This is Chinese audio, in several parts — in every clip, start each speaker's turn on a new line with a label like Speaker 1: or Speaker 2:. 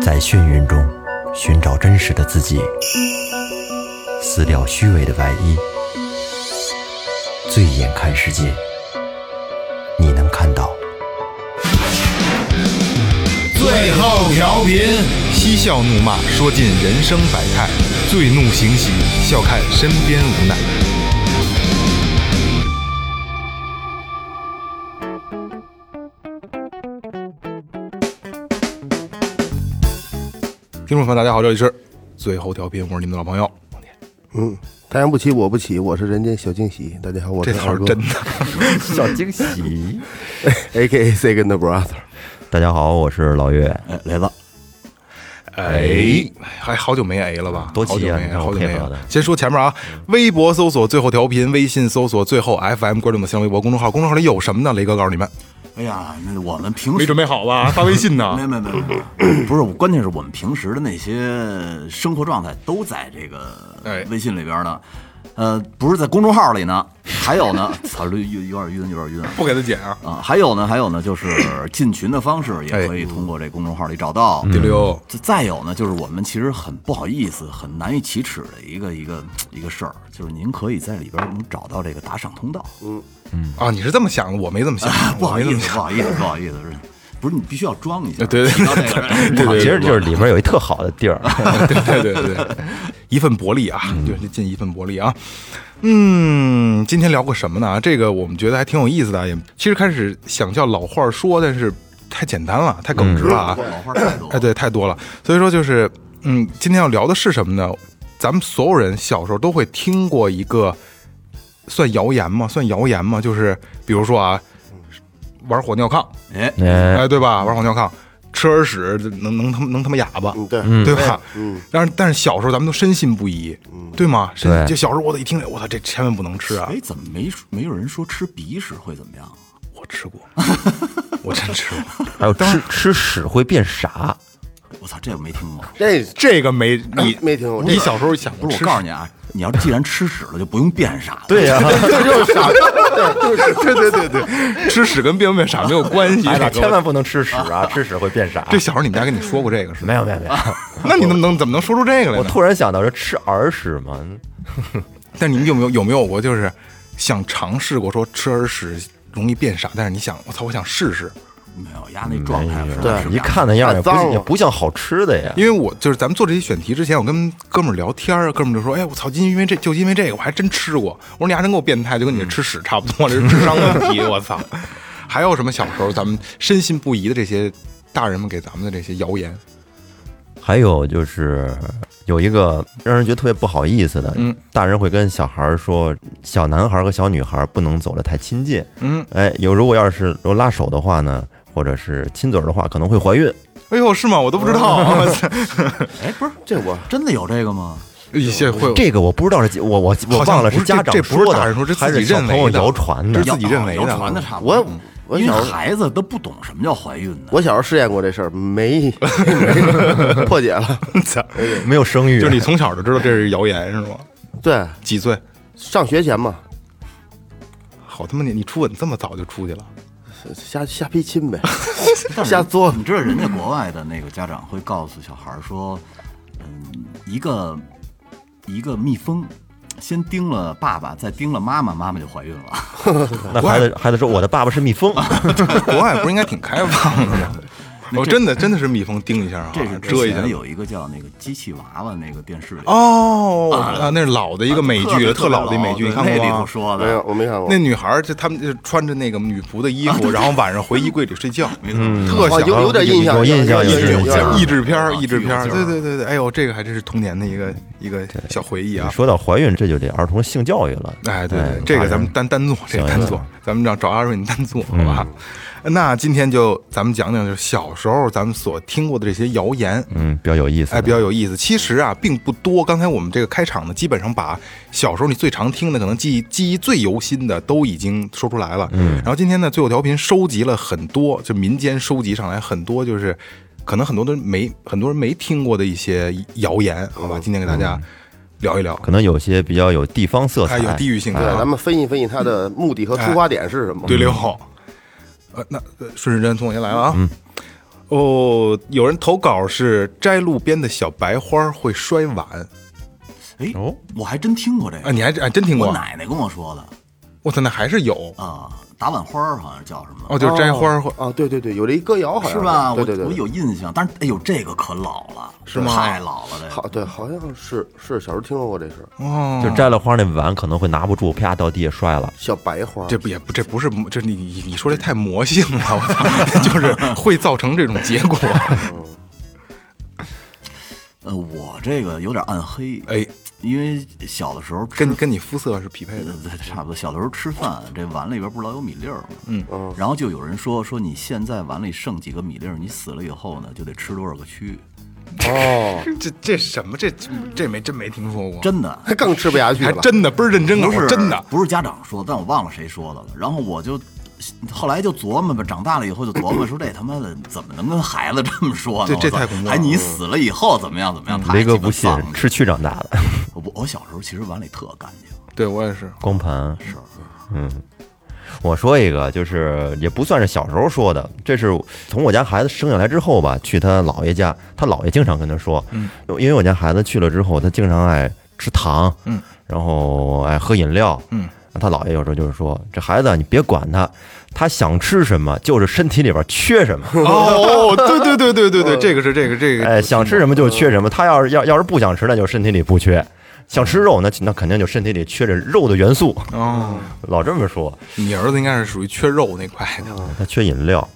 Speaker 1: 在眩晕中寻找真实的自己，撕掉虚伪的外衣，醉眼看世界，你能看到。
Speaker 2: 最后调频，
Speaker 3: 嬉笑怒骂，说尽人生百态；醉怒行喜，笑看身边无奈。听众朋友，大家好，这里是最后调频，我是你们的老朋友。
Speaker 4: 嗯，太阳不起，我不起，我是人间小惊喜。大家好，我
Speaker 3: 这
Speaker 4: 是
Speaker 3: 词儿
Speaker 4: 耳朵
Speaker 3: 真的，
Speaker 1: 小惊喜！
Speaker 4: ，A K A Second Brother。
Speaker 1: 大家好，我是老岳，
Speaker 5: 来了，
Speaker 3: 哎，还好久没 A 了吧？
Speaker 1: 多
Speaker 3: 好久
Speaker 1: 急啊
Speaker 3: 没
Speaker 1: 你
Speaker 3: A，
Speaker 1: 看我
Speaker 3: 好久没
Speaker 1: 配
Speaker 3: A
Speaker 1: 合的
Speaker 3: 了。先说前面啊，微博搜索最后调频，微信搜索最后 FM，关注我们新浪微博公众号。公众号里有什么呢？雷哥告诉你们，
Speaker 5: 哎呀，那我们平
Speaker 3: 没
Speaker 5: 时
Speaker 3: 准备好 吧？发微信呢？
Speaker 5: 没没没没，不是，关键是我们平时的那些生活状态都在这
Speaker 3: 哎
Speaker 5: 个微信里边呢，呃，不是在公众号里呢，还有呢，操，有有有点晕，有点晕啊。
Speaker 3: 不给他剪啊！
Speaker 5: 啊，还有呢，还有呢，就是进群的方式也可以通过这公众号里找到。
Speaker 3: 第六，
Speaker 5: 再再有呢，就是我们其实很不好意思、很难以启齿的一个一个一个事儿，就是您可以在里边能找到这个打赏通道。
Speaker 3: 啊，你是这么想的，我没这么想，
Speaker 5: 不好
Speaker 3: 我没
Speaker 5: 意
Speaker 3: 这么
Speaker 5: 思，
Speaker 3: 想
Speaker 5: 不好意思，不好意思，是不是你必须要装一下？
Speaker 3: 对对
Speaker 5: 提到这个人
Speaker 3: 对对对
Speaker 1: 其实就是里面有一特好的 地儿，
Speaker 3: 对对对对，一份薄利啊，就是尽一份薄利啊。嗯，今天聊个什么呢？啊这个我们觉得还挺有意思的啊，也其实开始想叫老话说，但是太简单了，太耿直了啊。
Speaker 5: 老话太多
Speaker 3: 哎，，对，太多了。所以说就是，嗯，今天要聊的是什么呢？咱们所有人小时候都会听过一个，算谣言吗？算谣言吗？就是比如说啊，玩火尿炕，
Speaker 5: 哎，
Speaker 1: 哎，
Speaker 3: 哎，对吧？玩火尿炕，吃耳屎能能他妈能他妈哑巴，
Speaker 4: 嗯，对，
Speaker 3: 对
Speaker 5: 哎
Speaker 3: 吧？
Speaker 4: 嗯，
Speaker 3: 但是但是小时候咱们都深信不疑，
Speaker 5: 嗯
Speaker 3: 对吗？深
Speaker 1: 对
Speaker 3: 就小时候我得一听，我操，这千万不能吃啊！
Speaker 5: 哎，怎么没说没有人说吃鼻屎会怎么样？
Speaker 3: 我吃 过，我真吃过，
Speaker 1: 还有吃吃屎会变傻，
Speaker 5: 我操，这我没听过。
Speaker 4: 这
Speaker 3: 这个没
Speaker 5: 哎
Speaker 3: 你
Speaker 4: 没听过
Speaker 3: 你小时候想过
Speaker 5: 不是，
Speaker 3: 吃
Speaker 5: 我告诉你啊，你要既然吃屎了，就不用变傻了。
Speaker 1: 对呀，
Speaker 4: 就是傻，对，就是
Speaker 3: 对对对对，吃屎跟变不变傻没有关系，这个
Speaker 5: 千
Speaker 1: 哎万不能吃屎 啊，吃屎会变傻
Speaker 3: 这小时候你们家跟你说过这个是吗？
Speaker 1: 没有没有没有，
Speaker 3: 那你能能怎么能说出这个来
Speaker 1: 我
Speaker 3: 呢？
Speaker 1: 突然想到这吃耳屎嘛，
Speaker 3: 但你们有没有有没有过就是想尝试过说吃耳屎容易变傻，但是你想我操，我想试试，
Speaker 5: 没有压那状态是吧，
Speaker 4: 对
Speaker 5: 是
Speaker 1: 一
Speaker 5: 吧
Speaker 1: 看那样儿也
Speaker 4: 太脏
Speaker 1: 不
Speaker 4: 了
Speaker 1: 也不像好吃的呀。
Speaker 3: 因为我就是咱们做这些选题之前，我跟哥们儿聊天儿，哥们儿就说：“哎，我操，因为这就因为这个，我还真吃过。”我说：“你还真够变态，就跟你吃屎差不多，这是智商问 题。”我操！还有什么小时候咱们深信不疑的这些大人们给咱们的这些谣言？
Speaker 1: 还有就是有一个让人觉得特别不好意思的，
Speaker 3: 嗯，
Speaker 1: 大人会跟小孩儿说，小男孩儿和小女孩儿不能走得太亲近，
Speaker 3: 嗯，
Speaker 1: 哎，有如果要是有拉手的话呢，或者是亲嘴儿的话，可能会怀孕。
Speaker 3: 哎呦，是吗？我都不知道。我操
Speaker 5: 哎，不是，
Speaker 4: 这我
Speaker 5: 真的有这个吗？
Speaker 3: 一些会
Speaker 1: 这个我不知道是几我我我
Speaker 3: 好像
Speaker 1: 忘了
Speaker 3: 不是
Speaker 1: 家长
Speaker 3: 这这不是
Speaker 1: 说的，
Speaker 3: 大人说这
Speaker 1: 还
Speaker 3: 自己
Speaker 1: 是小
Speaker 3: 认为
Speaker 1: 朋友
Speaker 3: 的
Speaker 1: 谣传
Speaker 3: 这
Speaker 1: 的
Speaker 3: 是。自己认为的
Speaker 5: 谣谣传的差不多。
Speaker 4: 我
Speaker 5: 嗯
Speaker 4: 我
Speaker 5: 因为
Speaker 4: 小
Speaker 5: 孩子都不懂什么叫怀孕呢。
Speaker 4: 我小时候试验过这事 儿，没没 破解了。
Speaker 3: 操，
Speaker 1: 没有生育，
Speaker 3: 就是你从小就知道这是谣言是吗？
Speaker 4: 对，
Speaker 3: 几岁？
Speaker 4: 上学前嘛，
Speaker 3: 好他妈你你初吻这么早就出去 了？
Speaker 4: 瞎瞎批 亲呗，
Speaker 5: 但是
Speaker 4: 瞎作
Speaker 5: 你知道人家国外的那个家长会告诉小孩儿说，嗯，一个一个蜜蜂先叮了爸爸，再叮了妈妈，妈妈就怀孕了。
Speaker 1: 那孩子孩子说我的爸爸是蜜 蜂，
Speaker 3: 啊国外不是应该挺开放的 吗？我真的真的是蜜蜂叮一下啊，
Speaker 5: 这是
Speaker 3: 遮
Speaker 5: 之
Speaker 3: 一下
Speaker 5: 前。有一个叫那个机器娃娃那个电视里，
Speaker 3: 哦啊，那是老的一个美剧了，特
Speaker 5: 特别
Speaker 3: 老的一美剧，你看
Speaker 5: 那
Speaker 3: 过
Speaker 5: 里头
Speaker 3: 吗？哎
Speaker 5: 说
Speaker 4: 没有，
Speaker 5: 的，
Speaker 4: 我没看过
Speaker 3: 那。女孩儿就他们就穿着那个女仆的衣服，然后晚上回衣柜里睡觉，
Speaker 5: 啊
Speaker 3: 嗯
Speaker 5: 没错，嗯
Speaker 3: 特
Speaker 4: 哦，
Speaker 3: 想
Speaker 4: 有有点印象，
Speaker 1: 有印象有
Speaker 4: 有
Speaker 1: 印象
Speaker 4: 有
Speaker 1: 有
Speaker 3: 意志片儿，
Speaker 5: 啊
Speaker 3: 意志片儿，
Speaker 5: 巨有
Speaker 3: 对
Speaker 5: 劲儿
Speaker 3: 对对对，哎呦，这个还真是童年的一个一个小回忆啊。
Speaker 1: 说到怀孕，这就得儿童性教育了。
Speaker 3: 哎，对对，这个咱们单单做，这个单做，咱们让找阿瑞你单做，好吧？
Speaker 1: 嗯
Speaker 3: 那今天就咱们讲讲，就是小时候咱们所听过的这些谣言，
Speaker 1: 嗯，比较有意思的。
Speaker 3: 哎，比较有意思。其实啊，并不多。刚才我们这个开场呢，基本上把小时候你最常听的，可能记忆记忆最犹新的都已经说出来了。嗯，然后今天呢，最后调频收集了很多，就民间收集上来很多，就是可能很多都没很多人没听过的一些谣言，好吧？今天给大家聊一聊，
Speaker 1: 哦嗯可能有些比较有地方色彩，
Speaker 3: 哎，有地域性
Speaker 4: 对，咱
Speaker 3: 的。
Speaker 4: 们分析分析它的
Speaker 3: 哎
Speaker 5: 哦
Speaker 4: 目的和出发点是什么？嗯
Speaker 3: 对，六，呃，那呃顺时针从我先来了啊。哦，有人投稿是摘路边的小白花会摔碗
Speaker 5: 哎，我还真听过这
Speaker 3: 啊，
Speaker 5: 个，
Speaker 3: 你还真、啊、真听
Speaker 5: 我
Speaker 3: 过？
Speaker 5: 奶奶跟我说的
Speaker 3: 我操，那还是有
Speaker 5: 啊，打碗花儿好像叫什么。
Speaker 3: 哦，就是摘花儿会。
Speaker 4: 啊，对对对，有这一歌谣好像
Speaker 5: 是吧？
Speaker 4: 对对对，
Speaker 5: 我我
Speaker 4: 对
Speaker 5: 有印象，但是哎呦，这个可老了，
Speaker 3: 是吗
Speaker 5: 太老了，这个
Speaker 4: 好对，好像是是小时候听说过这事，
Speaker 3: 哦，
Speaker 1: 就摘了花那碗可能会拿不住，啪掉地下摔了。
Speaker 4: 小白花，
Speaker 3: 这不也不这不是这你你你说这太魔性了，我操， 就是会造成这种结 果。
Speaker 5: 呃，我这个有点暗黑，
Speaker 3: 哎，
Speaker 5: 因为小的时候吃
Speaker 3: 跟跟你肤色是匹配的。
Speaker 5: 呃差不多，小的时候吃饭，这碗里边不是老有米粒儿吗？
Speaker 3: 嗯
Speaker 5: 嗯，然后就有人说说你现在碗里剩几个米粒儿，你死了以后呢，就得吃多少个蛆，
Speaker 4: 哦，
Speaker 3: 这这什么这这没真没听说过，
Speaker 5: 真的。
Speaker 4: 还更吃不下去
Speaker 3: 还
Speaker 4: 了，
Speaker 3: 真的倍儿认真啊，
Speaker 5: 不
Speaker 3: 我
Speaker 5: 是
Speaker 3: 真的。
Speaker 5: 不是家长说，但我忘了谁说的了。然后我就后来就琢磨吧，长大了以后就琢磨说，这他妈的怎么能跟孩子这么说呢？
Speaker 3: 这这
Speaker 5: 我操
Speaker 3: 太恐怖了嗯
Speaker 5: 还你死了以后怎么样怎么样？太
Speaker 1: 雷哥
Speaker 5: 鸡巴
Speaker 1: 不信
Speaker 5: 丧了，
Speaker 1: 吃蛆长大的，
Speaker 5: 我我小时候其实碗里特干净，
Speaker 3: 对我也 是，
Speaker 1: 光盘是，嗯。我说一个，就是也不算是小时候说的，这是从我家孩子生下来之后吧，去他姥爷家，他姥爷经常跟他说，
Speaker 3: 嗯
Speaker 1: 因为我家孩子去了之后，他经常爱吃糖，
Speaker 3: 嗯，
Speaker 1: 然后爱喝饮料，
Speaker 3: 嗯，
Speaker 1: 他姥爷有时候就是说，这孩子啊你别管他，他想吃什么就是身体里边缺 什么，
Speaker 3: 哦，对对对对对 对，这个是这个这个，
Speaker 1: 哎，想吃什么就缺什么。他要是要要是不想吃，那就身体里不缺；想吃肉，那那肯定就身体里缺着肉的元素。
Speaker 3: 哦，
Speaker 1: 老这么说，
Speaker 3: 你儿子应该是属于缺肉那块的，
Speaker 1: 他缺饮料，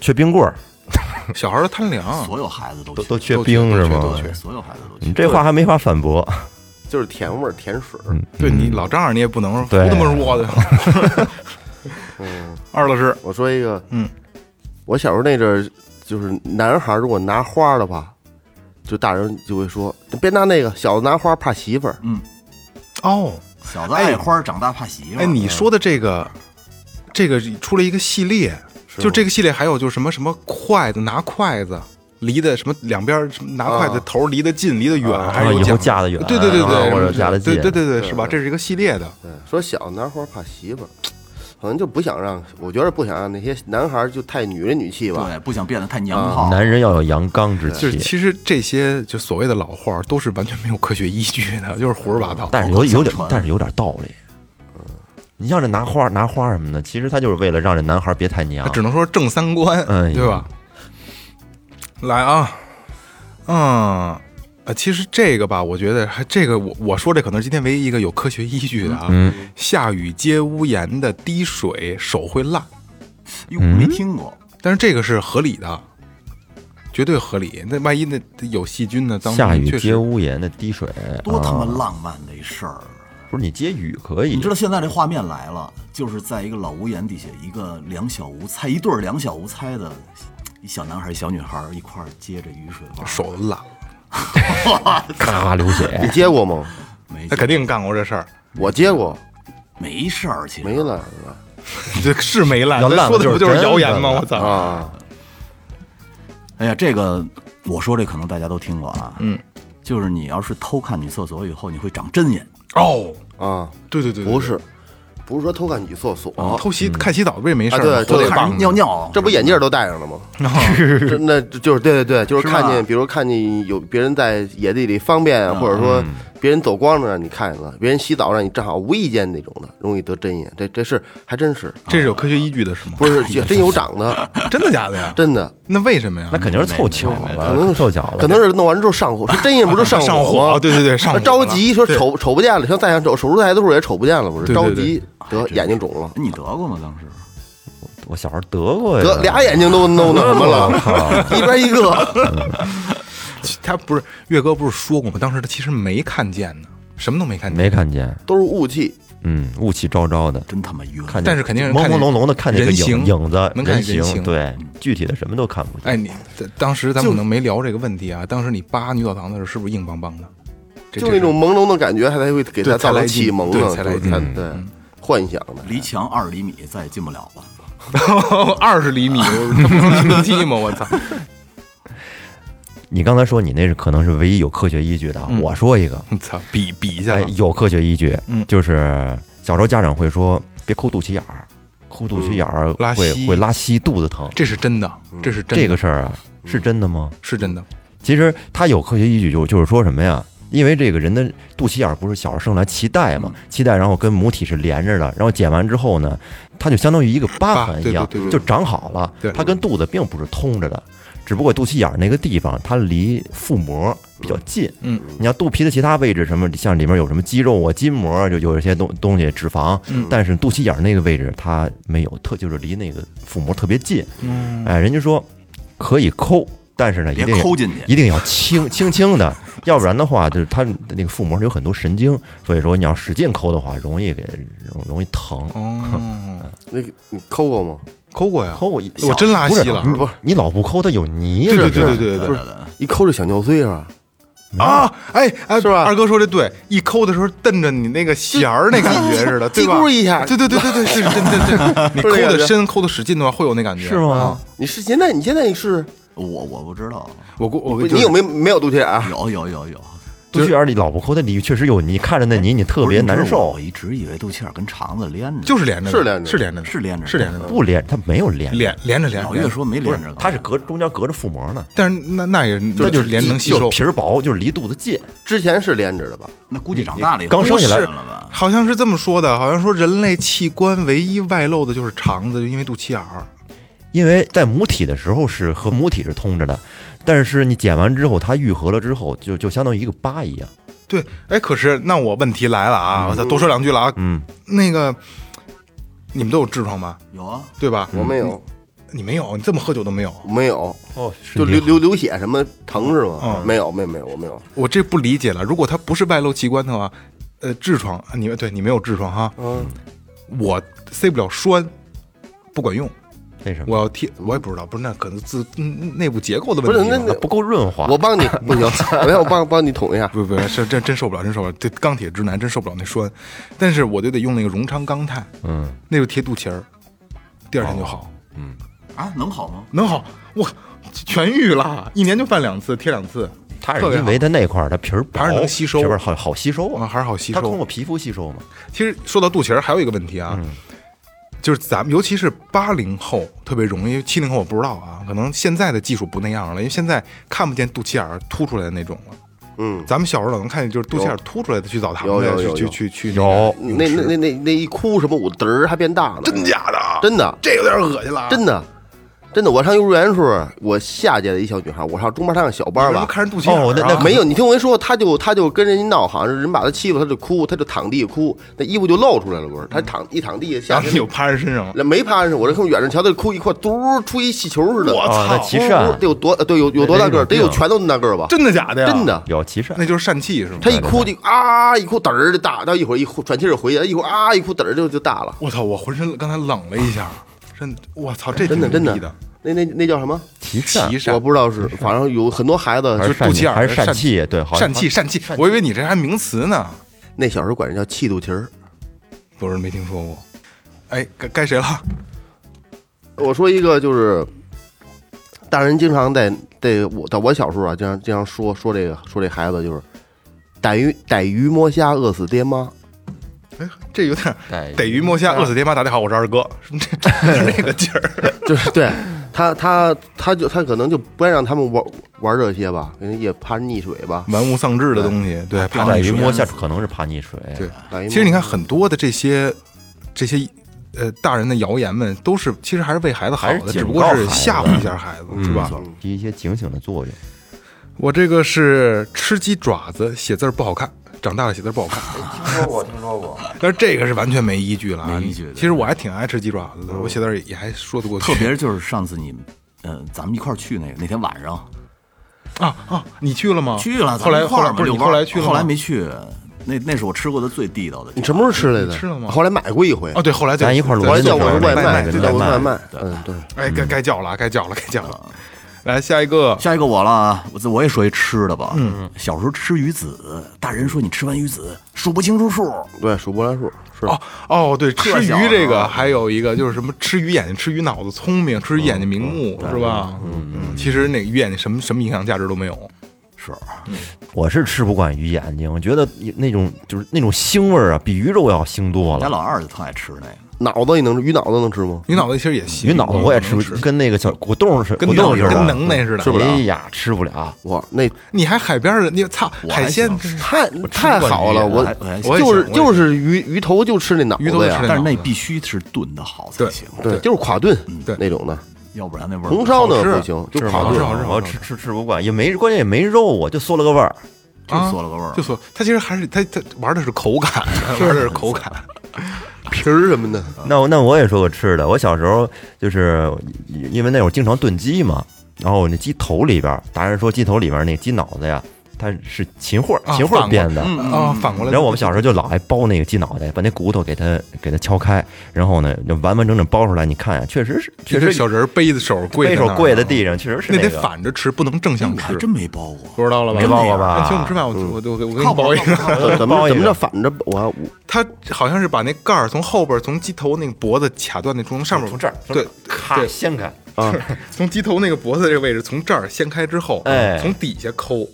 Speaker 1: 缺冰棍儿，
Speaker 3: 小孩儿贪凉，
Speaker 5: 所有孩子都
Speaker 1: 都
Speaker 5: 缺
Speaker 1: 都缺
Speaker 3: 嗯都
Speaker 1: 冰
Speaker 3: 缺
Speaker 1: 是
Speaker 3: 都
Speaker 1: 吗
Speaker 3: 缺？
Speaker 5: 对所有孩子都缺
Speaker 1: 你。这话还没法反驳。
Speaker 4: 就是甜味儿甜水儿，
Speaker 3: 对你老丈人你也不能说胡
Speaker 1: 嗯对
Speaker 3: 他妈说的。
Speaker 4: 嗯
Speaker 3: 二老师，
Speaker 4: 我说一个，
Speaker 3: 嗯，
Speaker 4: 我小时候那阵儿，就是男孩儿如果拿花儿的话，就大人就会说，别拿那个，小子拿花儿怕媳妇儿。
Speaker 3: 嗯哦，
Speaker 5: 小子爱花，长大怕媳妇儿。
Speaker 3: 哎，
Speaker 1: 嗯
Speaker 3: 你说的这个，这个出了一个系列，就这个系列还有就是什么什么筷子拿筷子。离的什么两边儿什么拿筷子
Speaker 4: 啊
Speaker 3: 头离得近离得远，还是
Speaker 1: 啊
Speaker 3: 有
Speaker 1: 以后
Speaker 3: 讲究
Speaker 1: 架得远
Speaker 3: 对对对对，
Speaker 1: 啊或者架得近
Speaker 3: 对对对对，是吧？这是一个系列的，
Speaker 4: 对，说小子拿花儿怕媳妇儿，可能就不想让，我觉得不想让那些男孩儿就太女人女气吧。
Speaker 5: 对，不想变得太
Speaker 3: 嗯
Speaker 5: 娘炮。
Speaker 1: 男人要有阳刚之
Speaker 3: 就是
Speaker 1: 气，
Speaker 3: 其实这些就所谓的老话儿都是完全没有科学依据的，就是胡说八道。
Speaker 1: 但是有有点
Speaker 5: 口口相传，
Speaker 1: 但是有点道理。你像这拿花拿花什么的，其实他就是为了让这男孩别太娘
Speaker 3: 他。只能说正三观，
Speaker 1: 哎呀
Speaker 3: 对吧？来啊，嗯。呃，其实这个吧，我觉得还这个我我说这可能是今天唯一一个有科学依据的啊。
Speaker 1: 嗯
Speaker 3: 下雨接屋檐的滴水手会烂，
Speaker 5: 哟，没
Speaker 1: 嗯
Speaker 5: 听过。
Speaker 3: 但是这个是合理的，绝对合理。那万一那有细菌呢？脏
Speaker 1: 下雨
Speaker 3: 确实
Speaker 1: 接屋檐的滴水，
Speaker 5: 多他妈
Speaker 1: 啊
Speaker 5: 浪漫的一事儿啊！
Speaker 1: 不是你接雨可以，
Speaker 5: 你知道现在这画面来了，就是在一个老屋檐底下，一个两小无猜，一对儿两小无猜的，一小男孩一小女孩一块儿接着雨水玩。
Speaker 3: 手都烂了，
Speaker 1: 咔流 血
Speaker 4: 你。接过吗？
Speaker 5: 没
Speaker 3: 他
Speaker 1: 哎
Speaker 3: 肯定干过这事儿，
Speaker 4: 我接过，
Speaker 5: 没事儿，其实
Speaker 4: 没了
Speaker 3: 这是没烂。
Speaker 1: 要
Speaker 3: 咱
Speaker 1: 烂了
Speaker 3: 说的
Speaker 1: 就是
Speaker 3: 不就是
Speaker 1: 真
Speaker 3: 谣言
Speaker 1: 烂
Speaker 3: 吗？
Speaker 1: 了
Speaker 3: 我操！
Speaker 4: 啊。
Speaker 5: 哎呀，这个我说这可能大家都听过啊。
Speaker 3: 嗯，
Speaker 5: 就是你要是偷看女厕所以后，你会长针眼。
Speaker 3: 哦，
Speaker 4: 啊，
Speaker 3: 对对对，对啊
Speaker 4: 不是，不是说偷看女厕所，
Speaker 1: 啊
Speaker 3: 偷
Speaker 1: 嗯
Speaker 3: 洗看洗澡不也没事儿
Speaker 4: 啊对
Speaker 3: 吗？
Speaker 4: 对
Speaker 3: 都得
Speaker 4: 看
Speaker 3: 棒
Speaker 5: 看
Speaker 3: 着
Speaker 5: 人尿 啊尿，
Speaker 4: 这不眼镜儿都戴上了吗？ 这那就是对对对，就是
Speaker 5: 是吧
Speaker 4: 看见，比如看见有别人在野地里方便
Speaker 3: 嗯
Speaker 4: 啊，或者说别人走光了让你看见了，别人洗澡让你正好无意间那种的，容易得真眼。这这事还真是，
Speaker 3: 这是有科学依据的，是吗？
Speaker 4: 不是 就真有长的，
Speaker 3: 哎真的假的呀？
Speaker 4: 真的，
Speaker 3: 那为什么呀？
Speaker 1: 那肯定是凑巧了，
Speaker 4: 可能是
Speaker 1: 凑巧了，
Speaker 4: 可能是弄完之后上 火，是真眼不是上
Speaker 3: 上
Speaker 4: 火
Speaker 3: 火啊
Speaker 4: 吗？
Speaker 3: 对对对上火了
Speaker 4: 着急说
Speaker 3: 对
Speaker 4: 瞅瞅不见了，像再想瞅手术台的时候也瞅不见了，不是
Speaker 3: 对对
Speaker 4: 着
Speaker 3: 对哎
Speaker 4: 急得眼睛肿了，
Speaker 5: 你得过吗？当时
Speaker 1: 我小时候得过呀，
Speaker 4: 得俩眼睛都弄那什么
Speaker 1: 我
Speaker 4: 了，
Speaker 1: 靠，
Speaker 4: 一边一个，
Speaker 3: 他不是岳哥不是说过吗？当时他其实没看见呢，什么都没看见，
Speaker 1: 没看见，
Speaker 4: 都是雾气。
Speaker 1: 嗯，雾气昭昭的，
Speaker 5: 真他妈冤。
Speaker 1: 看见，
Speaker 3: 但是肯定是
Speaker 1: 朦
Speaker 3: 看
Speaker 1: 朦
Speaker 3: 见
Speaker 1: 胧胧的看见个
Speaker 3: 人形
Speaker 1: 影影子，
Speaker 3: 能看见人形嗯
Speaker 1: 形，对，具体的什么都看不见。
Speaker 3: 哎，你当时咱们可能没聊这个问题啊。当时你扒女澡堂的时候，是不是硬邦邦的？这
Speaker 4: 就那种朦胧的感觉，还才会给
Speaker 3: 对才
Speaker 4: 他造
Speaker 3: 来
Speaker 4: 成
Speaker 3: 劲
Speaker 4: 启蒙呢，
Speaker 3: 对
Speaker 4: 啊就是
Speaker 3: 才来劲嗯
Speaker 4: 他对，幻想的。
Speaker 5: 离墙二十厘米，再也进不了了。
Speaker 3: 二十厘米，这不是零零七吗？我操！
Speaker 1: 你刚才说你那是可能是唯一有科学依据的啊，我说一个，
Speaker 3: 我操，比嗯比一下
Speaker 1: 哎
Speaker 3: 吧，，
Speaker 1: 有科学依据
Speaker 3: 嗯，
Speaker 1: 就是小时候家长会说别抠肚脐眼儿，抠肚脐眼儿
Speaker 3: 嗯拉
Speaker 1: 会
Speaker 3: 稀
Speaker 1: 会拉稀，肚子疼，
Speaker 3: 这是真的，这是真的，
Speaker 1: 这个事儿啊是真的吗？
Speaker 3: 是真的。
Speaker 1: 其实它有科学依据，就就是说什么呀？因为这个人的肚脐眼儿不是小时候生来脐带
Speaker 3: 嗯
Speaker 1: 嘛，脐带然后跟母体是连着的，然后剪完之后呢，它就相当于一个疤痕一样，
Speaker 3: 对对对对
Speaker 1: 就长好了
Speaker 3: 对。
Speaker 1: 它跟肚子并不是通着的，只不过肚脐眼儿那个地方它离腹膜比较近。
Speaker 3: 嗯，
Speaker 1: 你要肚皮的其他位置什么，像里面有什么肌肉啊、筋膜啊，就有一些东东西脂肪，
Speaker 3: 嗯
Speaker 1: 但是肚脐眼儿那个位置它没有特，就是离那个腹膜特别近。嗯，哎，人家说可以抠，但是呢，一
Speaker 5: 别
Speaker 1: 定
Speaker 5: 抠进去
Speaker 1: 一定要轻轻轻的，要不然的话，就是它那个腹膜有很多神经，所以说你要使劲抠的话，容易给容容易疼。
Speaker 3: 哦，
Speaker 4: 那个你抠过吗？
Speaker 3: 抠过呀，
Speaker 1: 抠我一
Speaker 3: 我真拉稀了
Speaker 1: 不是
Speaker 4: 不是
Speaker 1: 你老不抠它有泥，
Speaker 3: 对对
Speaker 1: 是不是
Speaker 3: 对对对
Speaker 5: 对
Speaker 3: 对
Speaker 5: 对对
Speaker 4: 一抠就想尿碎是吧？
Speaker 3: 啊！哎哎，
Speaker 4: 是吧
Speaker 3: 二哥说的对，一抠的时候瞪着你那个弦儿那感觉似 的，对吧
Speaker 4: 嘀咕一下
Speaker 3: 对对对对对，是真真真，你抠
Speaker 4: 是这感
Speaker 3: 的
Speaker 4: 觉
Speaker 3: 深、抠的使劲的话，会有那感觉。啊
Speaker 1: 是？吗？
Speaker 4: 你是现在你现在你试试，
Speaker 5: 我我不知道，
Speaker 3: 我估我
Speaker 4: 你有没有没有肚脐眼啊？
Speaker 5: 有有有有，
Speaker 1: 肚脐眼里老不抠它里确实有泥，看着那泥你特别
Speaker 5: 不
Speaker 1: 难
Speaker 5: 是你知道我
Speaker 1: 受
Speaker 5: 我，一直以为肚脐眼跟肠子连着，
Speaker 3: 就是连着的，
Speaker 4: 是连着的
Speaker 3: 是连着的，
Speaker 5: 是连着的
Speaker 3: 是连着的，
Speaker 1: 不连它嗯没有连，
Speaker 3: 连连着连着。
Speaker 5: 老岳说没连着，
Speaker 1: 它是隔中间隔着腹膜呢，
Speaker 3: 但是那那也
Speaker 1: 它
Speaker 3: 那
Speaker 1: 就是
Speaker 3: 连着能吸
Speaker 1: 就
Speaker 3: 收
Speaker 1: 是，皮儿薄，就是离肚子近。
Speaker 4: 之前是连着的吧？
Speaker 5: 那估计长大了以后
Speaker 1: 刚生下来
Speaker 5: 不是了吧？
Speaker 3: 好像是这么说的，好像说人类器官唯一外露的就是肠子，就因为肚脐眼儿。
Speaker 1: 因为在母体的时候是和母体是通着的，但是你剪完之后，它愈合了之后，就就相当于一个疤一样。
Speaker 3: 对，哎，可是那我问题来了啊，我再多说两句了啊。
Speaker 1: 嗯，
Speaker 3: 那个，你们都有痔疮吗？
Speaker 5: 有啊，
Speaker 3: 对吧？
Speaker 4: 我没有，
Speaker 3: 你没有，你这么喝酒都没有。
Speaker 4: 没有，
Speaker 1: 哦，
Speaker 4: 就流流流血什么疼是吗？
Speaker 3: 嗯
Speaker 4: 没有，没有没有，我没有。
Speaker 3: 我这不理解了。如果它不是外露器官的话，呃，痔疮，你对你没有痔疮哈，
Speaker 4: 嗯，
Speaker 3: 我塞不了栓，不管用。
Speaker 1: 为什么？
Speaker 3: 我要贴，我也不知道，不是那可能自嗯内部结构的
Speaker 4: 不是
Speaker 3: 问题吧。
Speaker 4: 那那
Speaker 1: 不够润滑。
Speaker 4: 我 帮你不行，我要帮帮你捅一下。
Speaker 3: 不不是真真受不了，真受不了，这钢铁直男真受不了那栓，但是我就得用那个荣昌钢钛，
Speaker 1: 嗯，
Speaker 3: 那就贴肚脐儿，第二天就好，
Speaker 4: 哦
Speaker 5: 啊，能好吗？
Speaker 3: 能好，我痊愈了，一年就犯两次，贴两次，
Speaker 1: 它是
Speaker 3: 特别
Speaker 1: 因为它那块儿它皮儿薄
Speaker 3: 还是能吸收
Speaker 1: 皮儿好好吸收
Speaker 3: 好
Speaker 1: 啊，
Speaker 3: 还是好吸
Speaker 1: 它通
Speaker 3: 收
Speaker 1: 过。皮肤吸收嘛。
Speaker 3: 其实说到肚脐儿，还有一个问题啊，
Speaker 4: 嗯
Speaker 3: 就是咱们尤其是八零后特别容易，七零后我不知道啊，可能现在的技术不那样了，因为现在看不见肚脐眼儿凸出来的那种了。
Speaker 4: 嗯，
Speaker 3: 咱们小时候老能看见，就是肚脐眼儿凸出来的去澡堂
Speaker 4: 有有
Speaker 3: 子，
Speaker 4: 有
Speaker 3: 去
Speaker 4: 有
Speaker 3: 去去去
Speaker 1: 有
Speaker 3: 那个
Speaker 4: 那
Speaker 3: 泳池
Speaker 4: 那那那那一哭什么，我嘚儿还变大了，
Speaker 3: 真假的啊？
Speaker 4: 真的
Speaker 3: 这有点恶心了啊，
Speaker 4: 真的真的。我上幼儿园的时候，我下届的一小女孩，我上中班上个小班
Speaker 3: 你为什么
Speaker 4: 吧。
Speaker 3: 看人肚脐眼儿啊
Speaker 1: 哦那那
Speaker 4: 没有，你听我一说，她就她就跟人家闹，好像是人把她欺负，她就哭，她就躺地哭，那衣服就露出来了，不是？
Speaker 3: 嗯
Speaker 4: 她躺一躺地下
Speaker 3: 然后
Speaker 4: 身
Speaker 3: 你，就趴人身上了，
Speaker 4: 那没趴上，我这看远处瞧，她哭一块，嘟出一气球似的。
Speaker 3: 我
Speaker 1: 啊，那
Speaker 3: 操
Speaker 1: 脐
Speaker 4: 不
Speaker 1: 扇
Speaker 4: 是得有多呃对有有多大个儿？
Speaker 1: 那
Speaker 4: 得
Speaker 1: 那种
Speaker 4: 有拳头那么大个儿吧？
Speaker 3: 真的假的呀？
Speaker 4: 真，的。
Speaker 1: 有脐扇
Speaker 3: 啊那，就是疝气是吗？
Speaker 4: 他一哭就啊一哭嘚儿就大，到一会儿一呼喘气儿就回去，一会儿啊一哭嘚儿就就大了。
Speaker 3: 我操！我浑身刚才冷了一下，真我操，这
Speaker 4: 真的
Speaker 3: 挺
Speaker 4: 真
Speaker 3: 牛
Speaker 4: 的
Speaker 3: 逼的，啊
Speaker 4: 那那那叫什么？
Speaker 1: 脐扇
Speaker 3: 脐。扇
Speaker 4: 我不知道是，反正有很多孩子
Speaker 1: 还
Speaker 3: 就是是肚
Speaker 1: 扇
Speaker 3: 脐眼儿
Speaker 1: 还是
Speaker 3: 扇
Speaker 1: 扇气？对，好像
Speaker 3: 疝气，疝气。我以为你这还名词呢，
Speaker 4: 那小时候管人叫气肚脐儿。
Speaker 3: 不是没听说过。哎，该该谁了？
Speaker 4: 我说一个就是，大人经常在在我在我小时候啊，经常经常说说这个说这孩子就是逮鱼逮鱼摸虾饿死爹妈，
Speaker 3: 哎，这有点
Speaker 1: 逮鱼
Speaker 3: 逮鱼摸啊虾，饿死爹妈。大家好，我是二哥， 是这是那个劲儿。
Speaker 4: 就是对。他他他就他可能就不爱让他们玩玩这些吧，可能也怕溺水吧。
Speaker 3: 玩物丧志的东西，对，怕
Speaker 1: 在
Speaker 3: 溺
Speaker 1: 于
Speaker 3: 水。
Speaker 1: 摸下可能是怕溺水。
Speaker 3: 对
Speaker 4: 逮鱼
Speaker 3: 其实你
Speaker 4: 摸
Speaker 3: 看很多的这些这些呃大人的谣言们，都是其实还是为孩子好
Speaker 1: 还是
Speaker 3: 的，
Speaker 1: 警
Speaker 3: 只不过
Speaker 1: 告孩
Speaker 3: 是
Speaker 1: 子
Speaker 3: 吓唬一下孩子，是吧？
Speaker 1: 起一些警醒的作用。
Speaker 3: 我这个是吃鸡爪子，写字儿不好看，长大了写字儿不好看。
Speaker 6: 听说过，听说过。
Speaker 3: 但是这个是完全没依据了啊！
Speaker 5: 没依据的
Speaker 3: 其实我还挺爱吃鸡爪子的，我写字儿也还说得过去。
Speaker 5: 特别就是上次你们，呃，咱们一块儿去那个那天晚上
Speaker 3: 啊啊！你去了吗？
Speaker 5: 去了，
Speaker 3: 后
Speaker 5: 咱们
Speaker 3: 来
Speaker 5: 一块
Speaker 3: 后
Speaker 5: 儿
Speaker 3: 来
Speaker 5: 嘛
Speaker 3: 不是
Speaker 5: 遛
Speaker 3: 你
Speaker 5: 弯儿
Speaker 3: 后来去了吗？
Speaker 5: 后来没去，那那是我吃过的最地道的
Speaker 4: 你。什么时候吃来的？
Speaker 3: 吃了吗
Speaker 4: 后来买过一回
Speaker 3: 哦，，对，后来就
Speaker 1: 咱一块儿
Speaker 3: 对
Speaker 4: 后来
Speaker 1: 轮
Speaker 4: 叫
Speaker 1: 着
Speaker 4: 过
Speaker 1: 我
Speaker 4: 外卖，
Speaker 1: 对
Speaker 4: 就叫过
Speaker 1: 外
Speaker 4: 外
Speaker 1: 卖
Speaker 4: 卖。嗯，对，
Speaker 3: 哎，该该叫了，该叫了，该叫了。来下一个，
Speaker 5: 下一个我了啊，我自我也说一吃的吧。嗯，小时候吃鱼子，大人说你吃完鱼子数不清楚数，
Speaker 3: 嗯
Speaker 4: 对，数波兰数是
Speaker 3: 哦哦，对，吃
Speaker 5: 特小
Speaker 3: 鱼这个
Speaker 5: 啊
Speaker 3: 还有一个就是什么吃鱼眼睛、吃鱼脑子聪明、吃鱼眼睛明目，是吧？嗯，其实那个鱼眼睛什么什么营养价值都没有，
Speaker 1: 时候，我是吃不惯鱼眼睛，我觉得那种就是那种腥味儿啊，比鱼肉要腥多
Speaker 5: 我家
Speaker 1: 了。
Speaker 5: 老二就特爱吃那个，
Speaker 4: 脑子你能鱼脑子能吃吗？
Speaker 3: 鱼脑子其实也嗯行，
Speaker 1: 鱼嗯脑子我也吃不，跟那个小果冻似的，
Speaker 3: 跟
Speaker 1: 果冻
Speaker 3: 能
Speaker 1: 似的，
Speaker 3: 跟能耐似的
Speaker 1: 吃不了。
Speaker 3: 哎
Speaker 1: 哎呀，吃不了。
Speaker 4: 哇，那
Speaker 3: 你还海边儿的，你操
Speaker 5: 我还
Speaker 3: 海鲜
Speaker 5: 行
Speaker 3: 真是
Speaker 4: 太
Speaker 3: 吃不
Speaker 4: 太
Speaker 3: 惯
Speaker 4: 好了，
Speaker 3: 鱼啊
Speaker 5: 我
Speaker 4: 我
Speaker 5: 还我还
Speaker 3: 我也
Speaker 4: 就是
Speaker 3: 行我也
Speaker 4: 就是鱼鱼头就吃那脑
Speaker 3: 鱼头
Speaker 4: 子
Speaker 3: 就吃
Speaker 4: 呀，
Speaker 3: 那
Speaker 5: 但是那
Speaker 3: 脑子
Speaker 5: 必须是炖的好才
Speaker 3: 对嗯
Speaker 5: 行，
Speaker 4: 对，就是垮炖
Speaker 3: 对
Speaker 4: 那种的，
Speaker 5: 要不然那味儿
Speaker 4: 红烧呢
Speaker 3: 好吃啊
Speaker 4: 不行，就
Speaker 1: 吃
Speaker 4: 垮
Speaker 3: 好吃
Speaker 4: 炖。
Speaker 3: 好吃
Speaker 1: 我
Speaker 3: 好吃
Speaker 1: 吃吃吃不惯，也没关键也没肉啊，就缩了个味儿。
Speaker 5: 就嗦了个味儿
Speaker 3: 啊就。说他其实还是他他玩的是口感，玩的是口感。
Speaker 4: 皮儿什么的，
Speaker 1: 那我那我也说个吃的，我小时候就是因因为那会儿经常炖鸡嘛，然后那鸡头里边儿，达人说鸡头里边儿那鸡脑子呀，它是秦桧儿
Speaker 3: 啊
Speaker 1: 秦桧儿
Speaker 3: 反过
Speaker 1: 变的。
Speaker 3: 啊，反过来，
Speaker 1: 嗯然后我们小时候就老爱剥那个鸡脑袋，把那骨头给它给它敲开，然后呢就完完整整剥出来。你看呀，确实是，确
Speaker 3: 确
Speaker 1: 实
Speaker 3: 实小人儿背着手跪
Speaker 1: 背
Speaker 3: 在那
Speaker 1: 手
Speaker 3: 儿啊
Speaker 1: 跪在地上，确实是
Speaker 3: 那得
Speaker 1: 个。嗯
Speaker 3: 反着吃，不能正向
Speaker 5: 我
Speaker 3: 吃
Speaker 5: 哎还，真没包过，
Speaker 3: 不知道了吧？
Speaker 1: 没包过吧
Speaker 3: 那请我们吃饭，我我我我给你
Speaker 5: 谱
Speaker 3: 包一个。
Speaker 5: 靠谱
Speaker 4: 怎
Speaker 1: 包
Speaker 4: 么
Speaker 1: 一
Speaker 4: 怎么
Speaker 1: 个
Speaker 4: 着反着我我
Speaker 3: 他好像是把那盖儿从后边儿从鸡头那个脖子卡断那中上面
Speaker 1: 从这儿从
Speaker 3: 对
Speaker 1: 这儿咔
Speaker 3: 对
Speaker 1: 掀开，
Speaker 3: 从鸡头那个脖子这个位置从这儿掀开之后，
Speaker 1: 哎
Speaker 3: 从底下抠，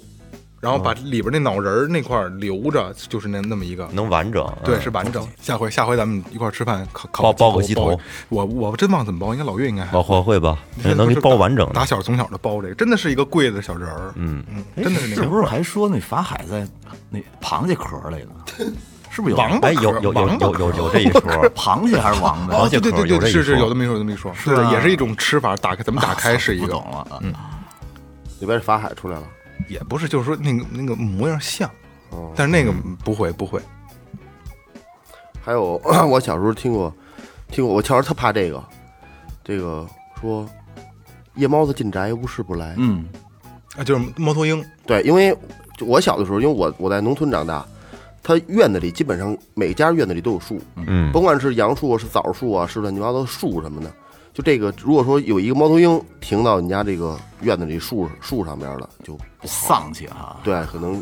Speaker 3: 然后把里边那脑仁儿那块儿留着，就是那那么一个。
Speaker 1: 能完整。
Speaker 3: 对，
Speaker 1: 嗯
Speaker 3: 是完整。下回下回咱们一块儿吃饭，烤
Speaker 1: 包
Speaker 3: 烤
Speaker 1: 包个鸡
Speaker 3: 包
Speaker 1: 头
Speaker 3: 我我真忘了怎么包，应该老岳应该还
Speaker 1: 我我会吧，能给你包完整的
Speaker 3: 打。小从小就包这个，真的是一个贵的小人儿。嗯嗯，
Speaker 1: 哎
Speaker 3: 真的是那
Speaker 5: 是
Speaker 3: 种
Speaker 5: 不是还说那法海在那螃蟹壳里呢？是不是有
Speaker 3: 王八
Speaker 1: 哎，有
Speaker 3: 壳
Speaker 1: 有有
Speaker 3: 王八
Speaker 1: 有
Speaker 3: 壳
Speaker 1: 有有这一说，
Speaker 5: 螃蟹还是王八？
Speaker 1: 螃
Speaker 3: 哦，
Speaker 1: 蟹
Speaker 3: 对对
Speaker 1: 壳
Speaker 3: 对
Speaker 1: 有这
Speaker 3: 对，
Speaker 1: 一
Speaker 3: 是是
Speaker 1: 说啊
Speaker 3: 有这么一说，有这么一说，是
Speaker 5: 吧
Speaker 3: 也是一种吃法。打开怎么打开是一
Speaker 5: 不
Speaker 3: 个嗯
Speaker 5: 懂，了，啊
Speaker 4: 里边的法海出来了，
Speaker 3: 也不是就是说那个那个模样像，
Speaker 1: 哦
Speaker 3: 但是那个
Speaker 1: 嗯
Speaker 3: 不会不会。
Speaker 4: 还有 我小时候听过，听过我小时候特怕这个，这个说夜猫子进宅无事不来，
Speaker 5: 嗯，
Speaker 3: 啊，就是猫头鹰，
Speaker 4: 对，因为就我小的时候，因为我我在农村长大，他院子里基本上每家院子里都有树，
Speaker 1: 嗯，
Speaker 4: 甭管是杨树啊、是枣树啊，是乱七八糟的树什么的。就这个，如果说有一个猫头鹰停到你家这个院子里树树上边了，就
Speaker 5: 丧气哈。
Speaker 4: 对，可能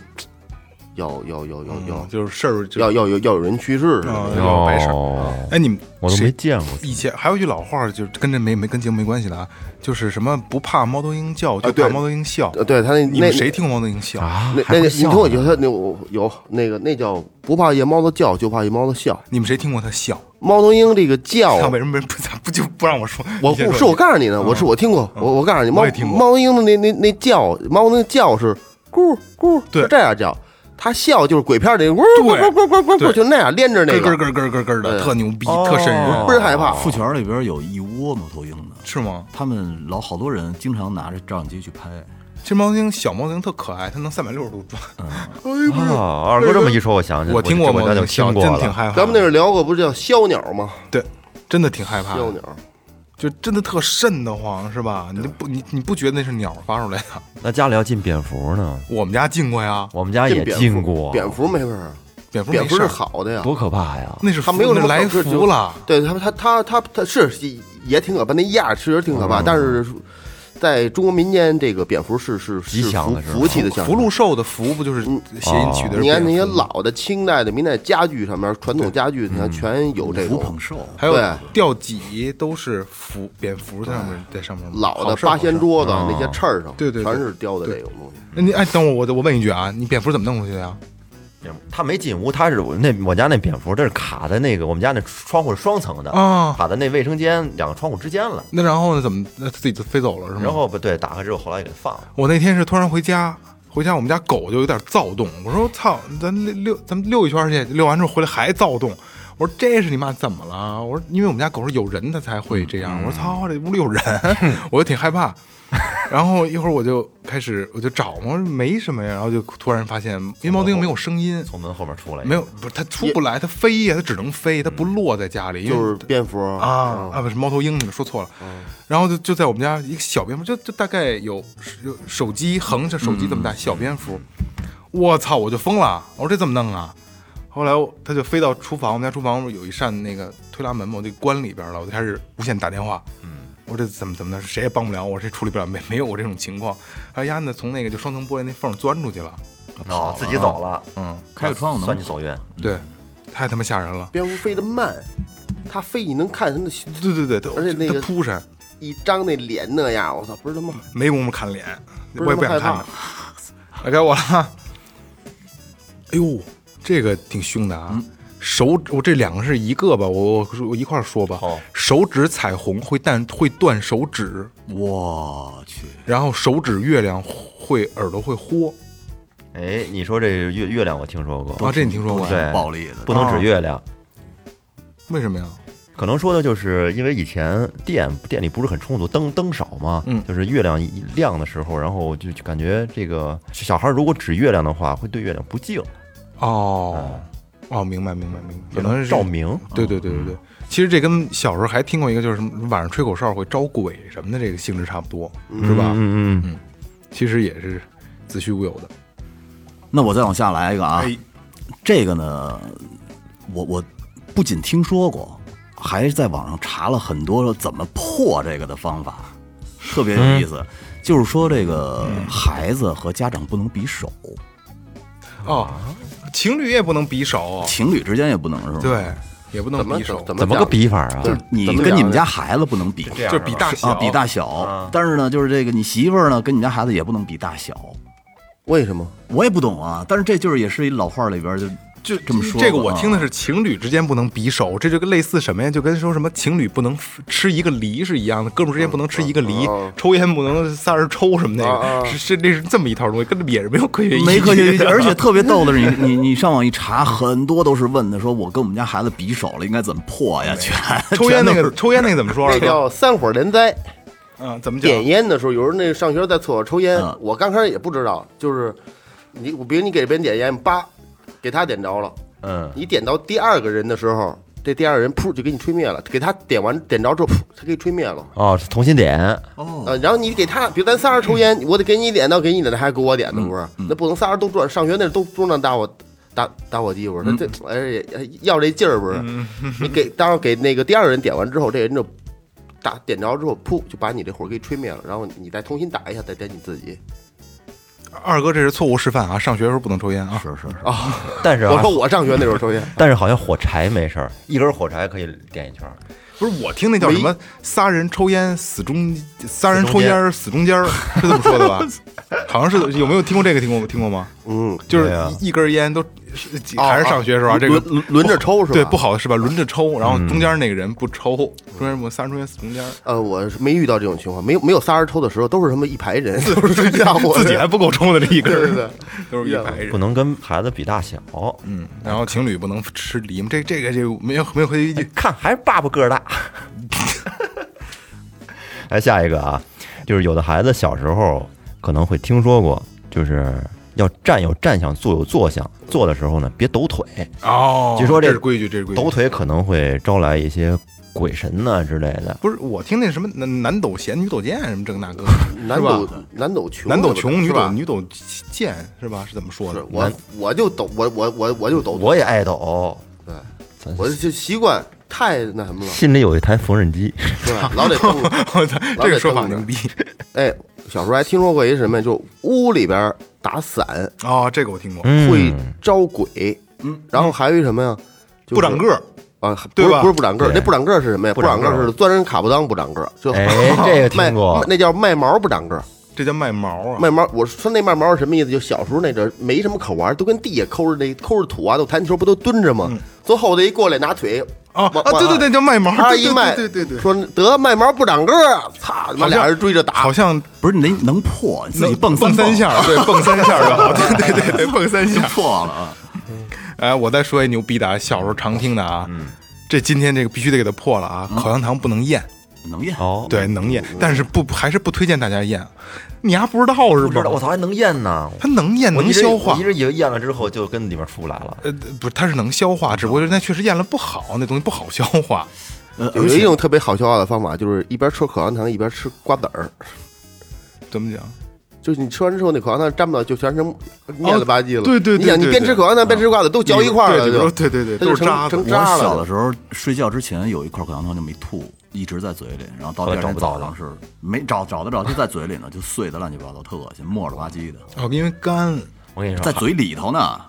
Speaker 4: 要要要
Speaker 1: 嗯
Speaker 4: 要要、
Speaker 3: 嗯就是事儿就
Speaker 4: 要要有要有人去世似
Speaker 3: 啊
Speaker 4: 的。
Speaker 3: 有白事儿。
Speaker 1: 哦
Speaker 3: 哎，你们
Speaker 1: 我都
Speaker 3: 谁
Speaker 1: 没见过。
Speaker 3: 以前还有一句老话，就是跟这没没跟节目没关系的啊，就是什么不怕猫头鹰叫，就
Speaker 4: 啊对
Speaker 3: 怕猫头鹰笑。
Speaker 4: 呃，对他那
Speaker 3: 你
Speaker 4: 那
Speaker 3: 们谁听过猫头鹰笑？
Speaker 1: 啊
Speaker 4: 那
Speaker 1: 还
Speaker 4: 那
Speaker 1: 会
Speaker 4: 你
Speaker 1: 笑
Speaker 4: 听我
Speaker 1: 呢
Speaker 4: 有他那我有那个那叫不怕夜猫子叫，就怕夜猫子笑。
Speaker 3: 你们谁听过它笑？
Speaker 4: 猫头鹰这个叫啊
Speaker 3: 那，为什么不咋不就不让我说？
Speaker 4: 哦我
Speaker 3: 你先
Speaker 4: 不
Speaker 3: 说
Speaker 4: 是我告诉你呢，我是我听过，我我告诉你，猫
Speaker 3: 我也听过
Speaker 4: 猫头鹰的那那那叫，猫头鹰叫是咕咕，
Speaker 3: 对
Speaker 4: 就这样叫。它笑就是鬼片里咕咕
Speaker 3: 对
Speaker 4: 咕咕咕咕咕，
Speaker 3: 对
Speaker 4: 就那样连着那
Speaker 3: 咯咯
Speaker 4: 个，
Speaker 3: 咯咯咯咯的，
Speaker 4: 嗯
Speaker 3: 特牛逼，
Speaker 1: 哦
Speaker 3: 特瘆人，
Speaker 4: 倍儿害怕。
Speaker 5: 富泉里边有一窝猫头鹰呢，
Speaker 3: 是吗？
Speaker 5: 他们老好多人经常拿着照相机去拍。
Speaker 3: 其实猫头鹰小猫头鹰特可爱，它能三百六十度转。
Speaker 1: 啊，二哥这么一说，我想起来，
Speaker 3: 我听过
Speaker 1: 我
Speaker 3: 猫头
Speaker 1: 就
Speaker 3: 鹰笑，
Speaker 1: 听
Speaker 3: 真
Speaker 1: 过
Speaker 3: 挺
Speaker 1: 了。
Speaker 3: 害怕。
Speaker 4: 咱们那是聊过，不是叫枭鸟吗？
Speaker 3: 对，真的挺害怕的
Speaker 4: 枭鸟，
Speaker 3: 就真的特瘆得慌，是吧？你不你你不觉得那是鸟发出来的？
Speaker 1: 那家里要进蝙蝠呢，
Speaker 3: 我们家进过呀，
Speaker 1: 我们家
Speaker 4: 进
Speaker 1: 也
Speaker 4: 蝙蝠
Speaker 1: 进过，
Speaker 4: 蝙蝠没事儿，
Speaker 3: 蝙蝠
Speaker 4: 蝙蝠
Speaker 3: 没事
Speaker 4: 是
Speaker 3: 儿，
Speaker 4: 好的呀。
Speaker 1: 多可怕呀！
Speaker 3: 那是
Speaker 4: 它没有
Speaker 3: 那
Speaker 4: 什么
Speaker 3: 来
Speaker 4: 可吃
Speaker 3: 福了。
Speaker 4: 对它它它它它是也挺可怕，那样确实挺可怕，
Speaker 3: 嗯
Speaker 4: 但是。在中国民间，这个蝙蝠是是
Speaker 1: 吉祥的是吧
Speaker 4: 福气的象征
Speaker 3: 福。禄寿的福不就是谐音取的？
Speaker 4: 嗯哦你看那些，老的清代的、明代家具上面，传统家具你看
Speaker 3: 嗯
Speaker 4: 全有这
Speaker 5: 福
Speaker 4: 种
Speaker 5: 捧寿，
Speaker 3: 还有
Speaker 4: 对
Speaker 3: 吊几都是福，蝙蝠在上面在上面哦
Speaker 4: 老的
Speaker 3: 好事儿啊
Speaker 4: 八仙。桌子那些翅儿上，
Speaker 3: 对对对
Speaker 4: 全是雕的这种东
Speaker 3: 好
Speaker 4: 西。
Speaker 3: 事儿那你哎，等会儿我我问一句啊，你蝙蝠怎么弄出去的呀？
Speaker 1: 他没进屋，他是我那我家那蝙蝠，这是卡在那个我们家那窗户是双层的，
Speaker 3: 啊
Speaker 1: 卡在那卫生间两个窗户之间了。
Speaker 3: 那然后呢？怎么那自己就飞走了是吗？
Speaker 1: 然后不对，打开之后后来给它放了。
Speaker 3: 我那天是突然回家，回家我们家狗就有点躁动，我说操，咱遛遛，咱们遛一圈去，遛完之后回来还躁动。我说这是你妈怎么了？我说因为我们家狗是有人它才会这样。我说操，这屋里有人，我就挺害怕。然后一会儿我就开始我就找嘛，我说没什么呀。然后就突然发现，因为猫头鹰没有声音，
Speaker 1: 从门后面出来，
Speaker 3: 没有不是它出不来，它飞呀，它只能飞，它不落在家里，因为
Speaker 4: 就是蝙蝠
Speaker 3: 啊
Speaker 4: 嗯
Speaker 3: 啊，不是猫头鹰，你们说错了。然后就就在我们家一个小蝙蝠，就就大概有有手机横着手机这么
Speaker 4: 嗯
Speaker 3: 大小蝙蝠，我操，我就疯了，我说这怎么弄啊？后来我它就飞到厨房，我们家厨房有一扇那个推拉门嘛，我就关里边了，我就开始无限打电话。
Speaker 4: 嗯
Speaker 3: 我说这怎么怎么的，谁也帮不了我，谁处理不了，没没有我这种情况。然后丫呢从那个就双层玻璃那缝钻出去了，
Speaker 1: 哦，自己走了，啊
Speaker 3: 嗯，
Speaker 5: 开个窗户
Speaker 1: 算
Speaker 5: 能
Speaker 1: 你走运。
Speaker 4: 嗯
Speaker 3: 对，太他妈吓人了，
Speaker 4: 蝙蝠飞得慢，它飞你能看它那
Speaker 3: 对对对，它
Speaker 4: 而且那个
Speaker 3: 它扑闪，
Speaker 4: 一张那脸那样，我操，不是他妈
Speaker 3: 没工夫看脸，
Speaker 4: 不
Speaker 3: 我也
Speaker 4: 是
Speaker 3: 不
Speaker 4: 他妈
Speaker 3: 想看
Speaker 4: 害怕
Speaker 3: 它。来该我了啊。哎呦，这个挺凶的
Speaker 1: 嗯
Speaker 3: 啊！手指，我这两个是一个吧？我我我一块儿说吧。
Speaker 1: 好
Speaker 3: 手指彩虹会断会断手指，
Speaker 5: 我去，
Speaker 3: 然后手指月亮会耳朵会豁
Speaker 1: 哎，你说这月月亮我听说过，
Speaker 3: 啊！这你听说过？
Speaker 1: 对
Speaker 5: 暴力的，
Speaker 1: 不能指月亮，
Speaker 3: 为什么呀？
Speaker 1: 可能说的就是因为以前电电力不是很充足，灯灯少嘛，
Speaker 3: 嗯
Speaker 1: 就是月亮一亮的时候，然后就就感觉这个小孩如果指月亮的话，会对月亮不敬，
Speaker 3: 哦，哦，明白明白明白，可能
Speaker 1: 嗯
Speaker 3: 是
Speaker 1: 照。明。嗯
Speaker 3: 对对对对对，其实这跟小时候还听过一个，就是什么晚上吹口哨会招鬼什么的，这个性质差不多，是吧？
Speaker 1: 嗯嗯，
Speaker 3: 其实也是子虚乌有的。
Speaker 5: 那我再往下来一个啊，
Speaker 3: 哎
Speaker 5: 这个呢，我我不仅听说过，还在网上查了很多怎么破这个的方法，特别有意
Speaker 3: 嗯
Speaker 5: 思。就是说，这个孩子和家长不能比手，
Speaker 3: 哦，情侣也不能比手，
Speaker 5: 情侣之间也不能是吧？，
Speaker 3: 对，也不能
Speaker 4: 怎么
Speaker 3: 比手，
Speaker 4: 怎么
Speaker 1: 怎么个
Speaker 4: 讲
Speaker 1: 比法啊
Speaker 4: 就？是
Speaker 5: 你
Speaker 4: 怎么
Speaker 5: 跟你
Speaker 4: 讲
Speaker 5: 们
Speaker 4: 呢
Speaker 5: 家孩子不能比，
Speaker 1: 这样
Speaker 3: 就是比大小
Speaker 5: 啊，比大小。但是呢，就是这个你媳妇儿呢，跟你家孩子也不能比大小。
Speaker 4: 为什么？
Speaker 5: 我也不懂啊，但是这就是也是一老话里边就
Speaker 3: 就
Speaker 5: 这么说
Speaker 3: 这个
Speaker 5: 吧
Speaker 3: 我
Speaker 5: 啊
Speaker 3: 听的是情侣之间不能比手，这就跟类似什么呀？就跟说什么情侣不能吃一个梨是一样的，哥们儿之间不能吃一个
Speaker 5: 嗯
Speaker 3: 梨，抽烟不能仨人抽什么那个，是是那是这么一套东西，跟这也是没有啊科学依据，
Speaker 5: 啊没科学 依据，
Speaker 3: 的
Speaker 5: 而且特别逗的是你，你你上网一查，很多都是问的，说我跟我们家孩子比手了，应该怎么破呀？全
Speaker 3: 抽烟那
Speaker 5: 全
Speaker 3: 个
Speaker 5: 都是
Speaker 3: 抽烟那个怎么说
Speaker 4: 那
Speaker 3: 啊？
Speaker 4: 叫三火连灾。
Speaker 3: 嗯，怎么讲？
Speaker 4: 点烟的时候，有人那上学在厕所抽烟
Speaker 5: 嗯，
Speaker 4: 我刚开始也不知道，就是你，比如你给别人点烟，叭，给他点着了，
Speaker 1: 嗯，
Speaker 4: 你点到第二个人的时候，这第二个人噗就给你吹灭了，给他点完点着之后，噗，他给你吹灭了。
Speaker 1: 哦，是同心点，
Speaker 3: 嗯
Speaker 4: 呃，然后你给他，比如咱仨人抽烟，我得给你点到给你点的，还给我点的，
Speaker 3: 嗯
Speaker 4: 不是？那不能仨人都转，上学那都都让打我打打我鸡，不
Speaker 3: 嗯
Speaker 4: 是？那这哎也要这劲儿不是？ 你给当然给那个第二个人点完之后，这人就打点着之后，噗就把你这火给吹灭了，然后你再重新打一下，再点你自己。
Speaker 3: 二哥这是错误示范啊！上学的时候不能抽烟啊！
Speaker 5: 是是是，
Speaker 1: 但是
Speaker 4: 我
Speaker 1: 啊
Speaker 4: 说，我上学那时候抽烟，
Speaker 1: 但是好像火柴没事儿，一根火柴可以点一圈儿。
Speaker 3: 不是我听那叫什么仨人抽烟死中仨人抽烟死中 间儿是这么说的吧？好像是有没有听过这个？听过听过吗？
Speaker 4: 嗯，
Speaker 3: 就是
Speaker 1: 对啊
Speaker 3: 一一根烟都是几
Speaker 4: 哦
Speaker 3: 还是上学时候啊，
Speaker 4: 哦
Speaker 3: 这个
Speaker 4: 轮轮轮着抽是吧嗯
Speaker 3: 对，不好的是吧？轮着抽，然后中间那个人不抽，中间我三人抽烟死中间，
Speaker 4: 呃，我是没遇到这种情况，没有没有仨人抽的时候，都是他妈一排人， 都是自 我
Speaker 3: 自己还不够抽的这一根
Speaker 4: 对对对
Speaker 3: 儿， 都是一排
Speaker 1: 不
Speaker 3: 人。
Speaker 1: 能跟孩子比大小，
Speaker 3: 嗯，然后情侣不能吃梨嘛，这这个这个没有没有科学依据。
Speaker 1: 看还是爸爸个儿 大。来下一个啊，就是有的孩子小时候可能会听说过，就是要站有站相，坐有坐相，坐的时候呢别抖腿，
Speaker 3: 哦
Speaker 1: 据说这
Speaker 3: 这是规矩，这是规矩
Speaker 1: 抖。腿可能会招来一些鬼神呐、之类的。
Speaker 3: 不是我听那什么男男抖贤女抖贱什么这个那个，
Speaker 4: 男
Speaker 3: 是吧
Speaker 4: 抖男抖穷，
Speaker 3: 男抖
Speaker 4: 是
Speaker 3: 穷女抖
Speaker 4: 吧
Speaker 3: 女抖贱是吧？是怎么说
Speaker 4: 是
Speaker 3: 的？
Speaker 4: 我我就抖我我我我就抖
Speaker 1: 我也爱抖，
Speaker 4: 对，
Speaker 1: 咱
Speaker 4: 我就习惯太那什么了，
Speaker 1: 心里有一台缝纫机，
Speaker 4: 对 吧？老得蹬着。
Speaker 3: 我操，这个说法牛 逼
Speaker 4: 哎，小时候还听说过一什么，就屋里边打伞
Speaker 3: 哦，这个我听过，
Speaker 4: 会
Speaker 1: 嗯
Speaker 4: 招鬼，嗯，然后还有一什么呀？就是
Speaker 3: 不长个儿。
Speaker 4: 啊，
Speaker 3: 对
Speaker 4: 不是
Speaker 3: 吧
Speaker 4: 不是不长个儿，
Speaker 1: 对
Speaker 4: 那不长个儿是什么呀？
Speaker 1: 不
Speaker 4: 不
Speaker 1: 长
Speaker 4: 长
Speaker 1: 个
Speaker 4: 个
Speaker 1: 儿
Speaker 4: 儿是钻人卡布裆不长个儿，就
Speaker 1: 哎这个听
Speaker 4: 卖
Speaker 1: 过
Speaker 4: 那叫卖毛不长个儿，
Speaker 3: 这叫卖毛啊！
Speaker 4: 卖毛。我说那卖毛是什么意思？就小时候那阵儿没什么可玩儿，都跟地下抠着那抠着土啊，都弹球不都蹲着
Speaker 3: 嗯
Speaker 4: 吗？从后头一过来拿腿。
Speaker 3: 哦
Speaker 4: 往
Speaker 3: 啊，对对对，，叫卖毛。
Speaker 4: 他
Speaker 3: 对
Speaker 4: 一
Speaker 3: 对
Speaker 4: 卖，
Speaker 3: 对对对，
Speaker 4: 说得卖毛不长个儿啊，操他妈
Speaker 3: 好像
Speaker 4: 俩人追着打，
Speaker 3: 好像
Speaker 5: 不是你那能破，你自己
Speaker 3: 能蹦
Speaker 5: 蹦三
Speaker 3: 三， 下，对，蹦三下就好，对对对对，蹦三
Speaker 5: 就
Speaker 3: 下。
Speaker 5: 破了啊！
Speaker 3: 哎，我再说一牛逼的啊，小时候常听的啊，
Speaker 4: 嗯
Speaker 3: 这今天这个必须得给它破了
Speaker 1: 嗯
Speaker 3: 啊，口香糖不能咽，
Speaker 4: 嗯
Speaker 5: 能咽，
Speaker 1: 哦，
Speaker 3: 对，能咽，但是不还是不推荐大家咽，你还不知道是
Speaker 1: 不知道，我
Speaker 3: 吧？
Speaker 1: 操，还能咽呢，
Speaker 3: 它能咽
Speaker 1: 我
Speaker 3: 能
Speaker 1: 一直
Speaker 3: 消化
Speaker 1: 我一，直以为咽了之后就跟里面出不来了。
Speaker 3: 呃，不是，它是能消化，只不过是那确实咽了不好，那东西不好消化。
Speaker 5: 呃，
Speaker 4: 有
Speaker 5: 而
Speaker 4: 一
Speaker 5: 且
Speaker 4: 种特别好消化的方法，就是一边吃口香糖一边吃瓜子儿，
Speaker 3: 怎么讲？
Speaker 4: 就是你吃完之后那口香糖沾不到，就全成面了吧唧了。
Speaker 3: 哦对对对
Speaker 4: 你想你
Speaker 3: 对
Speaker 4: 边吃
Speaker 3: 对
Speaker 4: 口香糖边吃瓜子都嚼一块儿了，
Speaker 3: 对
Speaker 4: 就
Speaker 3: 对对对，
Speaker 4: 它
Speaker 3: 都
Speaker 4: 就是成
Speaker 3: 渣子
Speaker 4: 成
Speaker 5: 我
Speaker 4: 渣
Speaker 5: 小的
Speaker 4: 了。
Speaker 5: 时候睡觉之前有一块口香糖就没吐，一直在嘴里，然后到
Speaker 1: 后
Speaker 5: 第
Speaker 1: 来
Speaker 5: 二天
Speaker 1: 找不到
Speaker 5: 早上是没找找得着，就在嘴里呢，就碎的乱七八糟，特恶心，沫了吧唧的，
Speaker 1: 啊
Speaker 3: 哦，因为干。
Speaker 1: 我跟你说，啊
Speaker 5: 在嘴里头呢，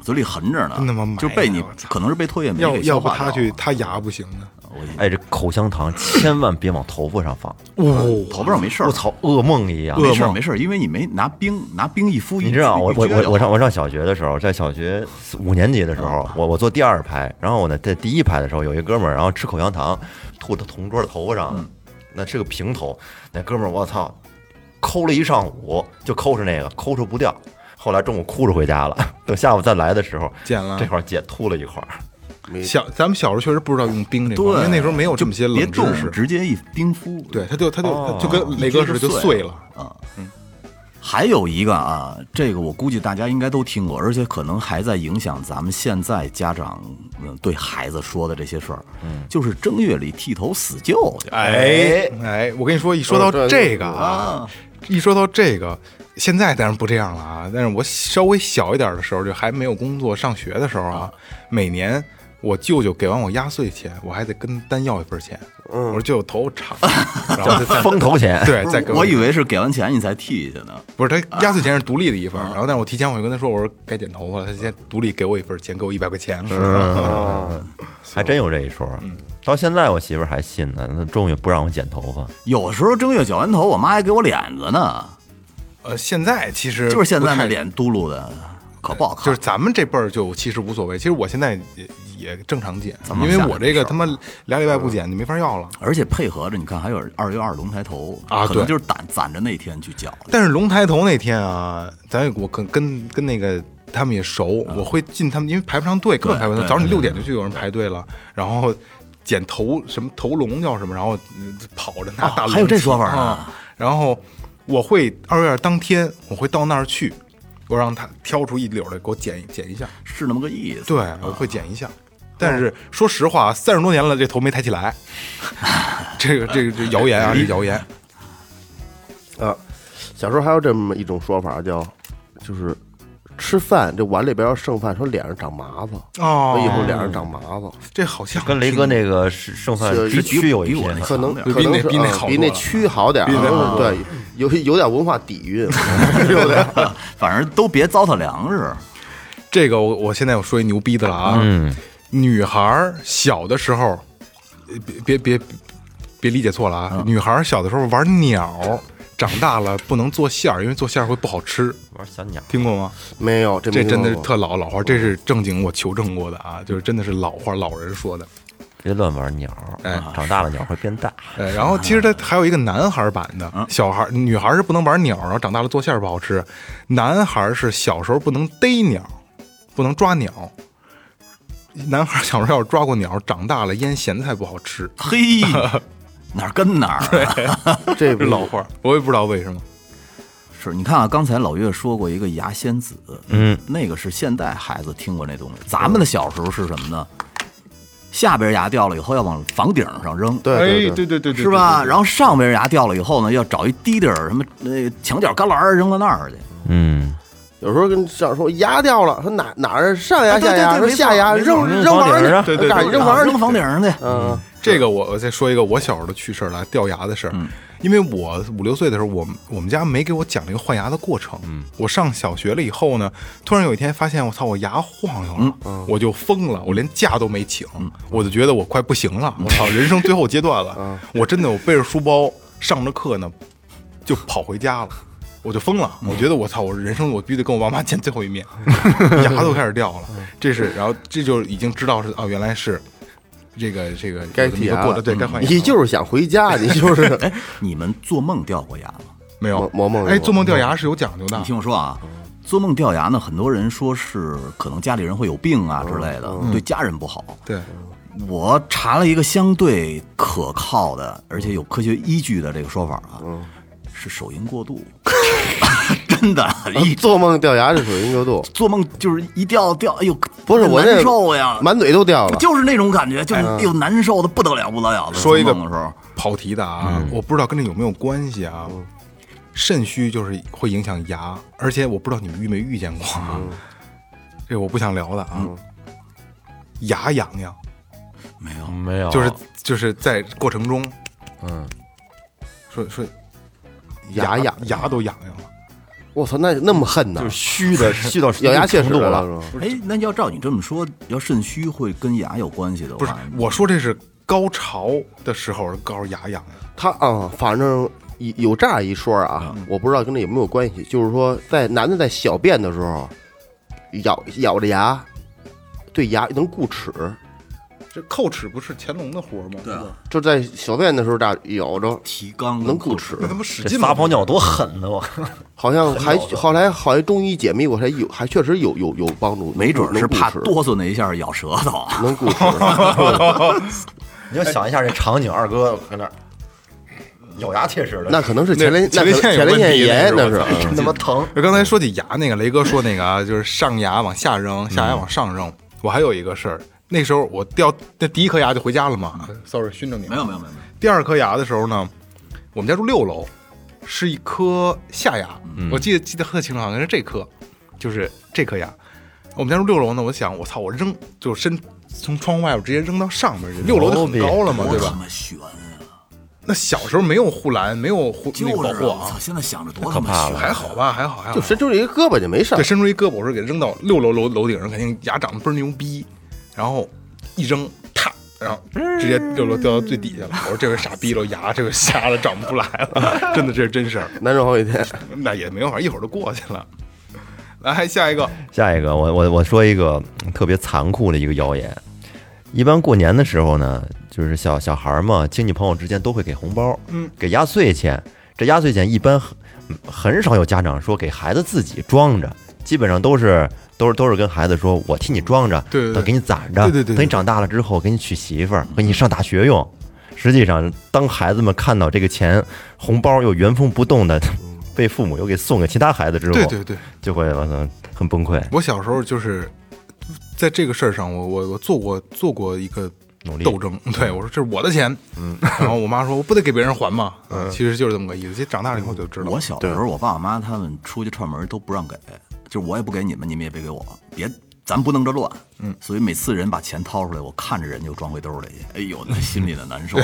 Speaker 5: 嘴里横着呢，
Speaker 3: 真他妈埋
Speaker 5: 就被你
Speaker 3: 了我操
Speaker 5: 可能是被唾液酶
Speaker 3: 要
Speaker 5: 给消
Speaker 3: 要不
Speaker 5: 化
Speaker 3: 他
Speaker 5: 掉啊
Speaker 3: 去
Speaker 5: 了
Speaker 3: 他牙不行的，
Speaker 5: 我
Speaker 1: 哎，这口香糖千万别往头发上放，
Speaker 3: 嗯
Speaker 5: 头发上没事儿
Speaker 1: 我，操，噩梦一样。
Speaker 5: 啊没事儿没事儿，因为你没拿冰拿冰一敷，
Speaker 1: 你知道，我我我我上
Speaker 5: 我
Speaker 1: 我上小学的时候，在小学四五年级的时候，我我坐第二排，然后我呢在第一排的时候，有一哥们儿，然后吃口香糖，吐到同桌的头发上，那是个平头，那哥们儿我操，抠了一上午就抠着那个，抠着不掉，后来中午哭着回家了，等下午再来的时候，
Speaker 3: 捡了
Speaker 1: 这块儿姐吐了一块儿，
Speaker 3: 小咱们小时候确实不知道用冰这块，因为
Speaker 5: 对
Speaker 3: 那时候没有这么些
Speaker 5: 别
Speaker 3: 冷知
Speaker 5: 动，
Speaker 3: 识。
Speaker 5: 直接一冰敷。
Speaker 3: 对，他就他就
Speaker 1: 哦
Speaker 3: 他就跟雷哥似的就碎了。
Speaker 5: 啊。嗯，还有一个啊，这个我估计大家应该都听过，而且可能还在影响咱们现在家长嗯对孩子说的这些事儿。嗯，就是正月里剃头死舅去。
Speaker 3: 哎哎，我跟你说，一
Speaker 5: 哦
Speaker 3: 说到这个啊，一说到这个，现在当然不这样了啊。但是我稍微小一点的时候，就还没有工作上学的时候啊，每年我舅舅给完我压岁钱，我还得跟单要一份钱。
Speaker 5: 嗯
Speaker 3: 我说舅舅头 长，然后就再
Speaker 1: 风头钱。
Speaker 3: 对
Speaker 5: 不
Speaker 3: 再
Speaker 5: 是
Speaker 3: 给
Speaker 5: 我
Speaker 3: 一
Speaker 5: 以为是给完钱你才剃去呢。
Speaker 3: 不是他压岁钱是独立的一份
Speaker 5: 啊
Speaker 3: 儿，然后但是我提前我就跟他说，我说该剪头发了，他先独立给我一份儿钱，给我一百块钱。
Speaker 1: 还真有这一说。到现在我媳妇儿还信呢，那终于不让我剪头发。
Speaker 5: 有时候正月绞完头，我妈还给我脸子呢，
Speaker 3: 呃，现在其实
Speaker 5: 就是现在
Speaker 3: 不
Speaker 5: 那
Speaker 3: 太，
Speaker 5: 脸嘟噜的，可不好看。
Speaker 3: 就是咱们这辈儿就其实无所谓。其实我现在也也正常剪，
Speaker 5: 咱
Speaker 3: 因
Speaker 5: 们
Speaker 3: 为
Speaker 5: 下
Speaker 3: 我这个他
Speaker 5: 啊
Speaker 3: 妈俩礼拜不剪就没法要了。
Speaker 5: 而且配合着，你看还有二月二龙抬头
Speaker 3: 啊
Speaker 5: 可能
Speaker 3: 对
Speaker 5: 就是攒攒着那天去绞的。
Speaker 3: 但是龙抬头那天啊，咱也我跟跟跟那个他们也熟，我会进他们，因为排不上队，根本排不上。
Speaker 5: 嗯对
Speaker 3: 早上你六点就去有人排队了，然后剪头什么头龙叫什么，然后嗯跑着拿大
Speaker 5: 哦
Speaker 3: 龙、
Speaker 5: 还有这说法呢
Speaker 3: 啊。然后我会二月二当天我会到那儿去，我让他挑出一绺来给我剪剪一下，
Speaker 5: 是那么个意思。
Speaker 3: 对，
Speaker 1: 啊
Speaker 3: 我会剪一下。但是说实话，啊三十多年了，这头没抬 起来。这个这个这谣言啊，这谣言。
Speaker 4: 啊，小时候还有这么一种说法叫，就是吃饭这碗里边要剩饭，说脸上长麻子，
Speaker 3: 哦
Speaker 4: 说以后脸上长麻子，
Speaker 3: 这好像
Speaker 1: 跟雷哥那个是剩饭
Speaker 4: 是
Speaker 1: 之
Speaker 5: 比
Speaker 1: 区有一
Speaker 5: 比
Speaker 1: 些
Speaker 5: 我那
Speaker 1: 呢
Speaker 4: 可能
Speaker 5: 强
Speaker 4: 可
Speaker 5: 点
Speaker 3: 比
Speaker 4: 能
Speaker 3: 那
Speaker 4: 是
Speaker 3: 比那
Speaker 4: 嗯
Speaker 3: 好
Speaker 4: 比
Speaker 3: 多
Speaker 4: 那
Speaker 3: 了
Speaker 4: 区好点儿，
Speaker 3: 比那
Speaker 4: 嗯
Speaker 3: 好多
Speaker 4: 对，有有点文化底 蕴，对不对？
Speaker 5: 反正都别糟蹋粮食。
Speaker 3: 这个我我现在我说一牛逼的了啊，
Speaker 1: 嗯，
Speaker 3: 女孩儿小的时候，呃别别别别理解错了
Speaker 1: 嗯
Speaker 3: 啊，女孩儿小的时候玩鸟，长大了不能做馅儿，因为做馅儿会不好吃，
Speaker 1: 玩小鸟。
Speaker 3: 听过吗？
Speaker 4: 没有，这
Speaker 3: 这
Speaker 4: 没
Speaker 3: 真的
Speaker 4: 听
Speaker 3: 是
Speaker 4: 说过
Speaker 3: 特老老话，这是正经我求证过的啊，就是真的是老话老人说的。
Speaker 1: 别乱玩鸟，啊
Speaker 3: 哎
Speaker 1: 长大了鸟会变大。
Speaker 3: 呃，然后其实它还有一个男孩版的，小孩女孩是不能玩鸟，然后长大了做馅儿不好吃，男孩是小时候不能逮鸟，不能抓鸟。男孩小时候要是抓过鸟，长大了腌咸菜不好吃，
Speaker 5: 嘿，哪儿跟哪儿啊、
Speaker 4: 这
Speaker 3: 这老话儿，我也不知道为什么。
Speaker 5: 是你看啊，刚才老岳说过一个牙仙子，
Speaker 1: 嗯，
Speaker 5: 那个是现代孩子听过那东西。咱们的小时候是什么呢？下边牙掉了以后要往房顶上扔，
Speaker 4: 对对对，
Speaker 3: 哎对对对
Speaker 5: 是吧？然后上边牙掉了以后呢，要找一低地儿，什么那墙角旮旯儿扔到那儿去。
Speaker 1: 嗯，
Speaker 4: 有时候跟小时候牙掉了，说哪哪儿上
Speaker 3: 啊
Speaker 4: 牙
Speaker 5: 对对
Speaker 4: 下
Speaker 5: 对
Speaker 4: 牙，
Speaker 5: 没
Speaker 4: 说
Speaker 5: 错
Speaker 4: 下牙
Speaker 5: 没
Speaker 4: 扔
Speaker 5: 错
Speaker 4: 扔
Speaker 1: 扔
Speaker 4: 玩
Speaker 1: 房顶
Speaker 4: 儿
Speaker 1: 上
Speaker 4: 去，
Speaker 3: 对对
Speaker 4: 干
Speaker 3: 对
Speaker 4: 扔玩儿
Speaker 5: 扔
Speaker 4: 去，
Speaker 5: 房顶上去。
Speaker 4: 嗯，
Speaker 3: 这个我我再说一个我小时候的趣事儿来，掉牙的事儿。因为我五六岁的时候，我们我们家没给我讲这个换牙的过程。我上小学了以后呢，突然有一天发现我操，我牙晃悠了，我就疯了，我连假都没请，我就觉得我快不行了，我操，人生最后阶段了，我真的我背着书包上着课呢，就跑回家了。我就疯了，我觉得我操，我人生我必须得跟我爸妈见最后一面，牙都开始掉了，这是，然后这就已经知道是哦，原来是这个这个
Speaker 4: 该
Speaker 3: 有这么
Speaker 4: 剔
Speaker 3: 一个
Speaker 4: 牙
Speaker 3: 过
Speaker 4: 了
Speaker 3: 程，对，该换牙了。
Speaker 4: 嗯你就是想回家，你 就是
Speaker 5: 哎，你们做梦掉过牙吗？
Speaker 3: 没有
Speaker 4: 我我梦
Speaker 3: 哎，
Speaker 4: 见过
Speaker 3: 做梦掉牙是有讲究的
Speaker 5: 你，听我说啊，做梦掉牙呢，很多人说是可能家里人会有病啊之类的，对家人不好。
Speaker 3: 对，
Speaker 5: 我查了一个相对可靠的，而且有科学依据的这个说法啊，是手淫过度， 真的，
Speaker 3: 哎
Speaker 5: 一
Speaker 4: 做梦掉牙，这属于牛度。
Speaker 5: 做梦就是一掉掉，哎呦，
Speaker 4: 不是我这
Speaker 5: 难受呀，
Speaker 4: 满嘴都掉了。
Speaker 5: 就是那种感觉，就是哎呦难受的不得了不得了的。
Speaker 3: 说一个
Speaker 5: 做梦的时候，
Speaker 3: 跑题的啊，
Speaker 5: 嗯
Speaker 3: 我不知道跟这有没有关系啊。
Speaker 4: 嗯
Speaker 3: 肾虚就是会影响牙，而且我不知道你们遇没遇见过啊，
Speaker 4: 嗯
Speaker 3: 这我不想聊的啊。牙痒痒，
Speaker 5: 没有，
Speaker 1: 没有，
Speaker 4: 哦
Speaker 3: 就是就是在过程中，
Speaker 1: 嗯，
Speaker 3: 说说
Speaker 4: 牙
Speaker 3: 痒
Speaker 4: 痒，
Speaker 3: 牙都痒痒了。
Speaker 4: 我操，那那么恨呢
Speaker 1: 就是？虚的，虚到
Speaker 4: 咬牙切齿
Speaker 1: 程度
Speaker 4: 了
Speaker 1: 了。
Speaker 4: 是吧
Speaker 5: 哎，那要照你这么说，要肾虚会跟牙有关系的
Speaker 3: 不是
Speaker 5: 话，，
Speaker 3: 我说这是高潮的时候高潮痒痒的，
Speaker 4: 他啊，反正有有这样一说啊，
Speaker 5: 嗯
Speaker 4: 我不知道跟这有没有关系，就是说在男的在小便的时候，咬咬着牙，对牙能固齿，
Speaker 3: 这叩齿不是乾隆的活吗？
Speaker 5: 对啊
Speaker 4: 就在小便的时候大咬着
Speaker 5: 提肛
Speaker 4: 能固齿。
Speaker 3: 那他妈使
Speaker 6: 这
Speaker 3: 劲
Speaker 6: 撒
Speaker 3: 吗
Speaker 6: 泡尿多狠呢！我
Speaker 4: 好像还后来好像中医解密过，还有还确实有有有帮助，
Speaker 5: 没准儿
Speaker 4: 能
Speaker 5: 是
Speaker 4: 固
Speaker 5: 怕
Speaker 4: 齿
Speaker 5: 哆嗦那一下咬舌头。
Speaker 4: 能固齿。
Speaker 6: 你就想一下这场景，二哥搁那儿咬牙切齿的，
Speaker 4: 那可能是前列
Speaker 3: 前
Speaker 4: 那可
Speaker 3: 列腺有
Speaker 4: 能前列
Speaker 3: 问
Speaker 4: 腺
Speaker 3: 题
Speaker 4: 炎，
Speaker 3: 那
Speaker 4: 那
Speaker 3: 是哎
Speaker 4: 是
Speaker 3: 我 操
Speaker 4: 嗯
Speaker 6: 真他妈疼！
Speaker 3: 刚才说起牙那个，雷哥说那个啊，就是上牙往下扔，下牙往上扔。我还有一个事儿，那时候我掉那第一颗牙就回家了嘛。Sorry，熏着你。
Speaker 5: 没有没有没有没
Speaker 3: 第二颗牙的时候呢，我们家住六楼，是一颗下牙，
Speaker 5: 嗯
Speaker 3: 我记得记得特清楚，好像是这颗，就是这颗牙。我们家住六楼呢，我想我操，我扔就伸从窗户外边直接扔到上面去，六楼就很高了嘛，哦
Speaker 5: 有，
Speaker 3: 对
Speaker 5: 多他
Speaker 3: 吧？
Speaker 5: 妈悬啊！那
Speaker 3: 那小时候没有护栏，没有护
Speaker 5: 就
Speaker 3: 那个保
Speaker 5: 是
Speaker 3: 护
Speaker 5: 啊我操，
Speaker 3: 网，
Speaker 5: 现在想着多他妈悬啊，
Speaker 3: 还好吧，还好，还好，
Speaker 4: 就伸出了一个胳膊就没事儿
Speaker 3: 对，。伸出一胳膊，我说给扔到六楼楼楼顶上，肯定牙长得倍儿牛逼，然后一扔，啪，然后直接六楼掉到最底下了。我说这回傻逼了，牙这回瞎了，长不出来了，真的这是真事儿。
Speaker 4: 难受好几天，
Speaker 3: 那也没办法，一会儿就过去了。来下一个，
Speaker 1: 下一个，我我我说一个嗯特别残酷的一个谣言。一般过年的时候呢，就是小小孩儿嘛，亲戚朋友之间都会给红包，
Speaker 3: 嗯，
Speaker 1: 给压岁钱。这压岁钱一般很很少有家长说给孩子自己装着，基本上都是都是都是跟孩子说，我替你装着，
Speaker 3: 对对对
Speaker 1: 等给你攒着，
Speaker 3: 对对对对
Speaker 1: 等你长大了之后给你娶媳妇儿，给你上大学用。实际上，当孩子们看到这个钱红包又原封不动的 被父母又给送给其他孩子之后，
Speaker 3: 对对对，
Speaker 1: 就会完了很崩溃。
Speaker 3: 我小时候就是在这个事儿上，我我我做过做过一个
Speaker 1: 努力
Speaker 3: 斗争，对我说这是我的钱，嗯，然后我妈说我不得给别人还吗？嗯，其实就是这么个意思。其实长大了以后就知道了，
Speaker 5: 我小时候，我爸我妈他们出去串门都不让给，就是我也不给你们，你们也别给我，别，咱不弄这乱。嗯，所以每次人把钱掏出来，我看着人就装回兜里去，哎呦，那心里的难受。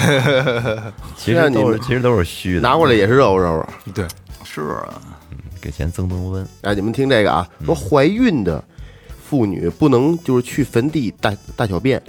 Speaker 1: 其
Speaker 4: 虽
Speaker 1: 实
Speaker 4: 然你
Speaker 1: 都是
Speaker 4: 们
Speaker 1: 其实都是虚的，
Speaker 4: 拿过来也是肉肉。
Speaker 3: 对，
Speaker 5: 是啊，
Speaker 1: 给钱增增温。
Speaker 4: 哎，你们听这个啊，
Speaker 5: 嗯
Speaker 4: 说怀孕的妇女不能就是去坟地大大小便。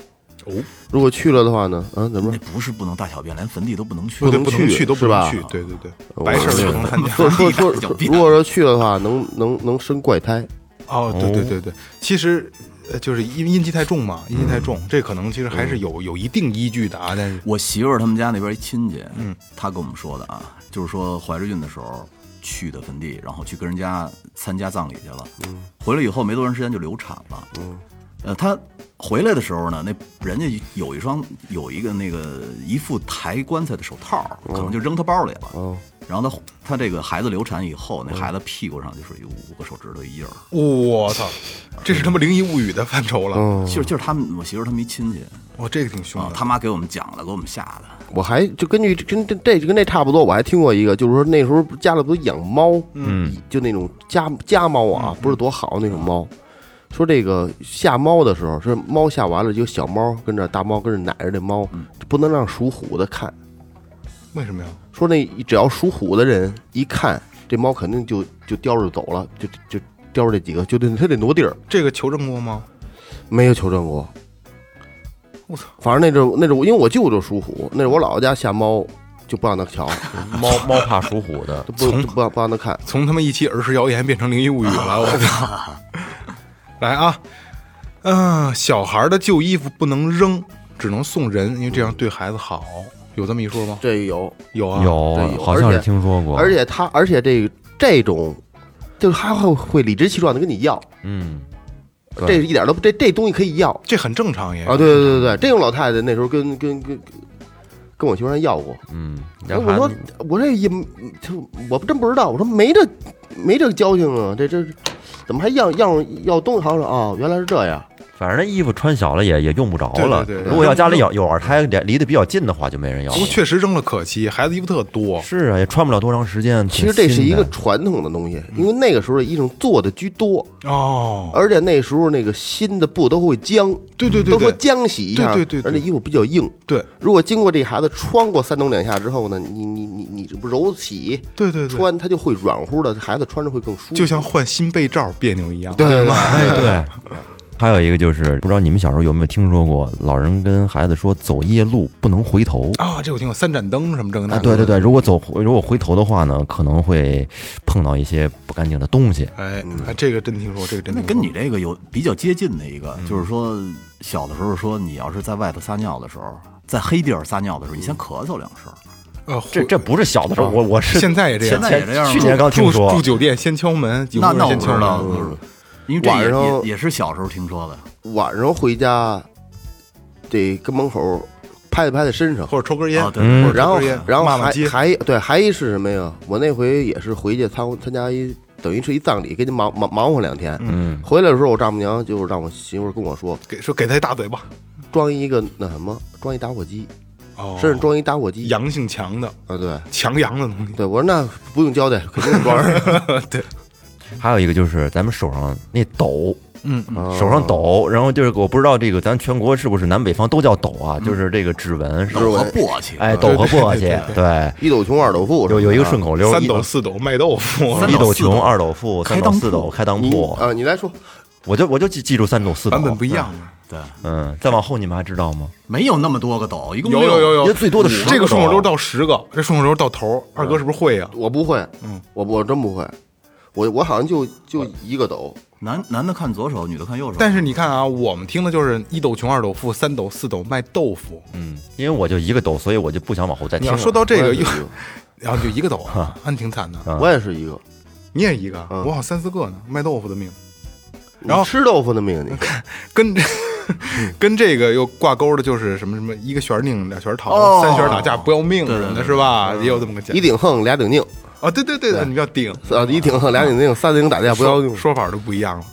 Speaker 3: 哦，
Speaker 4: 如果去了的话呢，啊，怎么
Speaker 5: 那？不是不能大小便，连坟地都不能去
Speaker 4: 不。
Speaker 3: 对，
Speaker 4: 能
Speaker 3: 不能
Speaker 4: 去
Speaker 3: 去，都不能
Speaker 4: 是吧哦
Speaker 3: 去，对对对，白事儿都不能参加。
Speaker 4: 说说说，
Speaker 5: 大小
Speaker 4: 说
Speaker 5: 便
Speaker 4: 如果说去了的话，能能能生怪胎。
Speaker 3: 哦，对对对对，其实呃，就是因阴气太重嘛，阴气太
Speaker 4: 嗯
Speaker 3: 重，这可能其实还是有有一定依据的啊。但是
Speaker 5: 我媳妇儿他们家那边一亲戚，嗯，他跟我们说的啊，就是说怀着孕的时候去的坟地，然后去跟人家参加葬礼去了，嗯，回来以后没多长时间就流产了，嗯，呃，她回来的时候呢，那人家有一双有一个那个一副抬棺材的手套，可能就扔她包里了，
Speaker 4: 哦
Speaker 5: 然后她她这个孩子流产以后，那孩子屁股上就是有五个手指头一印儿，
Speaker 3: 我操，这是他妈灵异物语的范畴了，
Speaker 4: 嗯，
Speaker 5: 就是就是他们我媳妇儿他们一亲戚
Speaker 3: 哇，这个挺凶
Speaker 5: 啊，
Speaker 3: 的。
Speaker 5: 他妈给我们讲的，给我们吓的。
Speaker 4: 我还就根据跟这这跟这差不多，我还听过一个，就是说那时候家里不是养猫，嗯，就那种家家猫啊，
Speaker 5: 嗯
Speaker 4: 不是多好那种猫。说这个下猫的时候，是猫下完了，就小猫跟着大猫跟着奶着这猫，
Speaker 5: 嗯
Speaker 4: 不能让属虎的看。
Speaker 3: 为什么呀？
Speaker 4: 说那只要属虎的人一看这猫，肯定就就叼着走了，就就就叼着这几个，就得它得挪地儿。
Speaker 3: 这个求证过吗？
Speaker 4: 没有求证过。
Speaker 3: 我操！
Speaker 4: 反正那阵那阵，因为我舅舅属虎，那是我姥姥家下猫就不让 他瞧，
Speaker 1: 猫猫怕属虎的，
Speaker 4: 就不不让不让他看。
Speaker 3: 从他妈一期儿时谣言变成灵异物语了，我操！ 来啊，嗯、小孩的旧衣服不能扔，只能送人，因为这样对孩子好。有这么一说吗？
Speaker 4: 这有，
Speaker 3: 有啊，
Speaker 4: 对有
Speaker 1: 好像
Speaker 4: 而
Speaker 1: 是
Speaker 4: 且
Speaker 1: 听说过，
Speaker 4: 而且他而且这这种，就是他会会理直气壮的跟你要，
Speaker 1: 嗯，对
Speaker 4: 这一点都不这这东西可以要
Speaker 3: 这很正常也。
Speaker 4: 啊！对对对对，这种老太太那时候跟跟跟跟我媳妇儿要过，
Speaker 1: 嗯，然后
Speaker 4: 我说我这也就我真不知道，我说没这没这个交情啊，这这怎么还要要要东西？好像啊，原来是这样。
Speaker 1: 反正那衣服穿小了也也用不着
Speaker 3: 对对
Speaker 1: 了。
Speaker 3: 对对
Speaker 1: 如果要家里有有二胎，离离得比较近的话，就没人要
Speaker 3: 不。过确实扔了可惜，孩子衣服特多。
Speaker 1: 是啊，也穿不了多长时间。
Speaker 4: 其
Speaker 1: 挺
Speaker 4: 实这是
Speaker 1: 新
Speaker 4: 一
Speaker 1: 的
Speaker 4: 个传统的东西，因为那个时候的衣裳做的居多，
Speaker 3: 嗯哦，
Speaker 4: 而且那时候那个新的布都会浆，
Speaker 3: 对对对
Speaker 4: 都说
Speaker 3: 对，
Speaker 4: 浆洗一下，
Speaker 3: 对对对对
Speaker 4: 而且衣服比较硬。
Speaker 3: 对
Speaker 4: 如果经过这孩子穿过三冬两夏之后呢，你你你你这不揉洗
Speaker 3: 对对对，
Speaker 4: 穿，它就会软乎的，孩子穿着会更舒服。
Speaker 3: 就像换新被罩别扭一样。
Speaker 4: 对对对，
Speaker 1: 哎，对， 还有一个就是，不知道你们小时候有没有听说过，老人跟孩子说走夜路不能回头。
Speaker 3: 啊，这我听过三盏灯什么这个那
Speaker 1: 啊，
Speaker 3: 个
Speaker 1: 对对对，
Speaker 3: 的，
Speaker 1: 如果走如果回头的话呢，可能会碰到一些不干净的东西。
Speaker 3: 哎，哎这个真听说，这个真
Speaker 5: 那
Speaker 3: 听说。
Speaker 5: 跟你这个有比较接近的一个，就是说小的时候说你要是在外头撒尿的时候，在黑地儿撒尿的时候，你先咳嗽两声。
Speaker 3: 呃，
Speaker 1: 这
Speaker 3: 会
Speaker 1: 这不是小的时候，我我是
Speaker 3: 现在也这样
Speaker 5: 现在也这样吗
Speaker 1: 去年刚听
Speaker 3: 住
Speaker 1: 说
Speaker 3: 住，酒店先敲门，有
Speaker 5: 那
Speaker 3: 工
Speaker 5: 那
Speaker 3: 人先
Speaker 5: 我不
Speaker 3: 敲
Speaker 5: 知道，
Speaker 3: 门。
Speaker 5: 不是因为这
Speaker 4: 晚
Speaker 5: 也
Speaker 4: 上
Speaker 5: 也也是小时候听说的。
Speaker 4: 晚上回家得跟门口拍了拍他身上，
Speaker 3: 或者抽根烟
Speaker 5: 啊，对
Speaker 1: 嗯
Speaker 3: 或者
Speaker 4: 然
Speaker 3: 抽
Speaker 4: 后
Speaker 3: 根烟
Speaker 4: 然后
Speaker 3: 骂骂
Speaker 4: 还
Speaker 3: 街，
Speaker 4: 还对还一是什么呀？我那回也是回去参参加一等于是一葬礼，给你忙忙忙活两天。
Speaker 1: 嗯，
Speaker 4: 回来的时候，我丈母娘就让我媳妇儿跟我说，
Speaker 3: 给说给他一大嘴巴，
Speaker 4: 装一个那什么，装一打火机，
Speaker 3: 哦
Speaker 4: 身上装一打火机。
Speaker 3: 阳性强的
Speaker 4: 啊，对
Speaker 3: 强阳的东西。
Speaker 4: 对，我说那不用交代，肯定装上。
Speaker 1: 还有一个就是咱们手上那抖，
Speaker 3: 嗯，
Speaker 4: 啊哦
Speaker 1: 手上抖，然后就是我不知道这个咱全国是不是南北方都叫抖啊，就是这个指纹是
Speaker 5: 抖和簸箕，
Speaker 1: 哎，抖和簸箕，对，
Speaker 4: 一斗穷，二斗富，
Speaker 1: 有有一个
Speaker 4: 是吧
Speaker 1: 顺口溜，
Speaker 3: 三
Speaker 1: 一
Speaker 3: 斗四斗卖豆腐，
Speaker 5: 三
Speaker 1: 一
Speaker 5: 斗
Speaker 1: 斗
Speaker 5: 四斗
Speaker 1: 穷，二斗富，
Speaker 5: 开
Speaker 1: 三斗
Speaker 5: 裆
Speaker 1: 四
Speaker 5: 裤
Speaker 1: 斗开裆
Speaker 4: 你
Speaker 1: 裤，
Speaker 4: 啊，你来说，
Speaker 1: 我就我就记记住三斗四斗
Speaker 3: 版本不一，样啊。
Speaker 5: 对，
Speaker 1: 嗯，再往后你们还知道吗？
Speaker 5: 没有那么多个斗，一共
Speaker 3: 有
Speaker 5: 六
Speaker 3: 有有
Speaker 1: 因
Speaker 3: 有，
Speaker 1: 为最多的十个
Speaker 3: 嗯
Speaker 1: 嗯
Speaker 3: 这个顺口溜
Speaker 1: 斗
Speaker 3: 到十个，这顺口溜到头，二哥是不是会呀？
Speaker 4: 我不会，嗯，我我真不会，我我好像就就一个斗，
Speaker 5: 男男的看左手，女的看右手。
Speaker 3: 但是你看啊，我们听的就是一斗穷，二斗富，三斗四斗卖豆腐。
Speaker 1: 嗯，因为我就一个斗，所以我就不想往后再
Speaker 3: 你
Speaker 1: 听了。
Speaker 3: 要说到 这
Speaker 4: 我
Speaker 3: 个
Speaker 4: 也
Speaker 3: 又
Speaker 4: 是一，
Speaker 3: 然后就一个斗啊，那挺惨的。
Speaker 1: 啊
Speaker 4: 我也是一个。
Speaker 3: 你也一个，
Speaker 4: 嗯
Speaker 3: 我好像三四个呢，卖豆腐的命。
Speaker 4: 你
Speaker 3: 然后
Speaker 4: 吃豆腐的命， 你
Speaker 3: 跟这 跟这个又挂钩的就是什么什么一个旋儿拧，俩旋儿逃，
Speaker 5: 哦
Speaker 3: 三旋儿打架不要命
Speaker 5: 对
Speaker 3: 什
Speaker 5: 对
Speaker 3: 么的，
Speaker 5: 对
Speaker 3: 是吧？也有这么个讲
Speaker 4: 嗯一顶横，俩顶拧，
Speaker 3: 啊，对对对，对你叫顶，
Speaker 4: 啊，一顶横，俩顶拧，三顶打架不要用
Speaker 3: 说。说法都不一样了。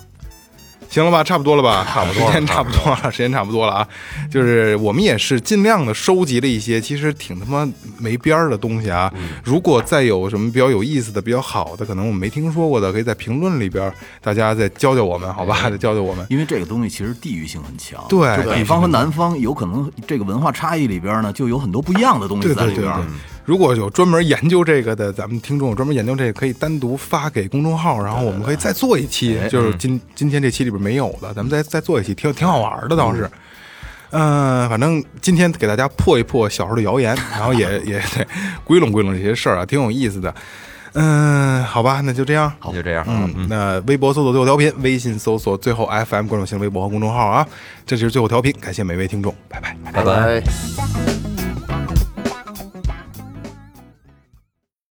Speaker 3: 行了吧，差不多了吧，差不多， 时间差不多了，时间差不多了啊。就是我们也是尽量的收集了一些，其实挺他妈没边儿的东西啊。如果再有什么比较有意思的、比较好的，可能我们没听说过的，可以在评论里边儿大家再教教我们，好吧？再教教我们。
Speaker 5: 因为这个东西其实地域性很强，
Speaker 3: 对
Speaker 5: 就北方和南方有可能这个文化差异里边呢，就有很多不一样的东西
Speaker 3: 对
Speaker 5: 在
Speaker 3: 对
Speaker 5: 里
Speaker 3: 对
Speaker 5: 边。
Speaker 3: 对，如果有专门研究这个的，咱们听众有专门研究这个，可以单独发给公众号，然后我们可以再做一期，就是今今天这期里边没有的，咱们再再做一期，挺挺好玩的倒是。嗯、反正今天给大家破一破小时候的谣言，然后也 也对归拢归拢这些事儿啊，挺有意思的。嗯，好吧，那就这样。
Speaker 1: 就这样，
Speaker 3: 嗯，那微博搜索最后调频，微信搜索最后 FM，关注新浪微博和公众号啊。这就是最后调频，感谢每位听众，拜拜。
Speaker 1: 拜拜。
Speaker 4: 哎。
Speaker 7: 「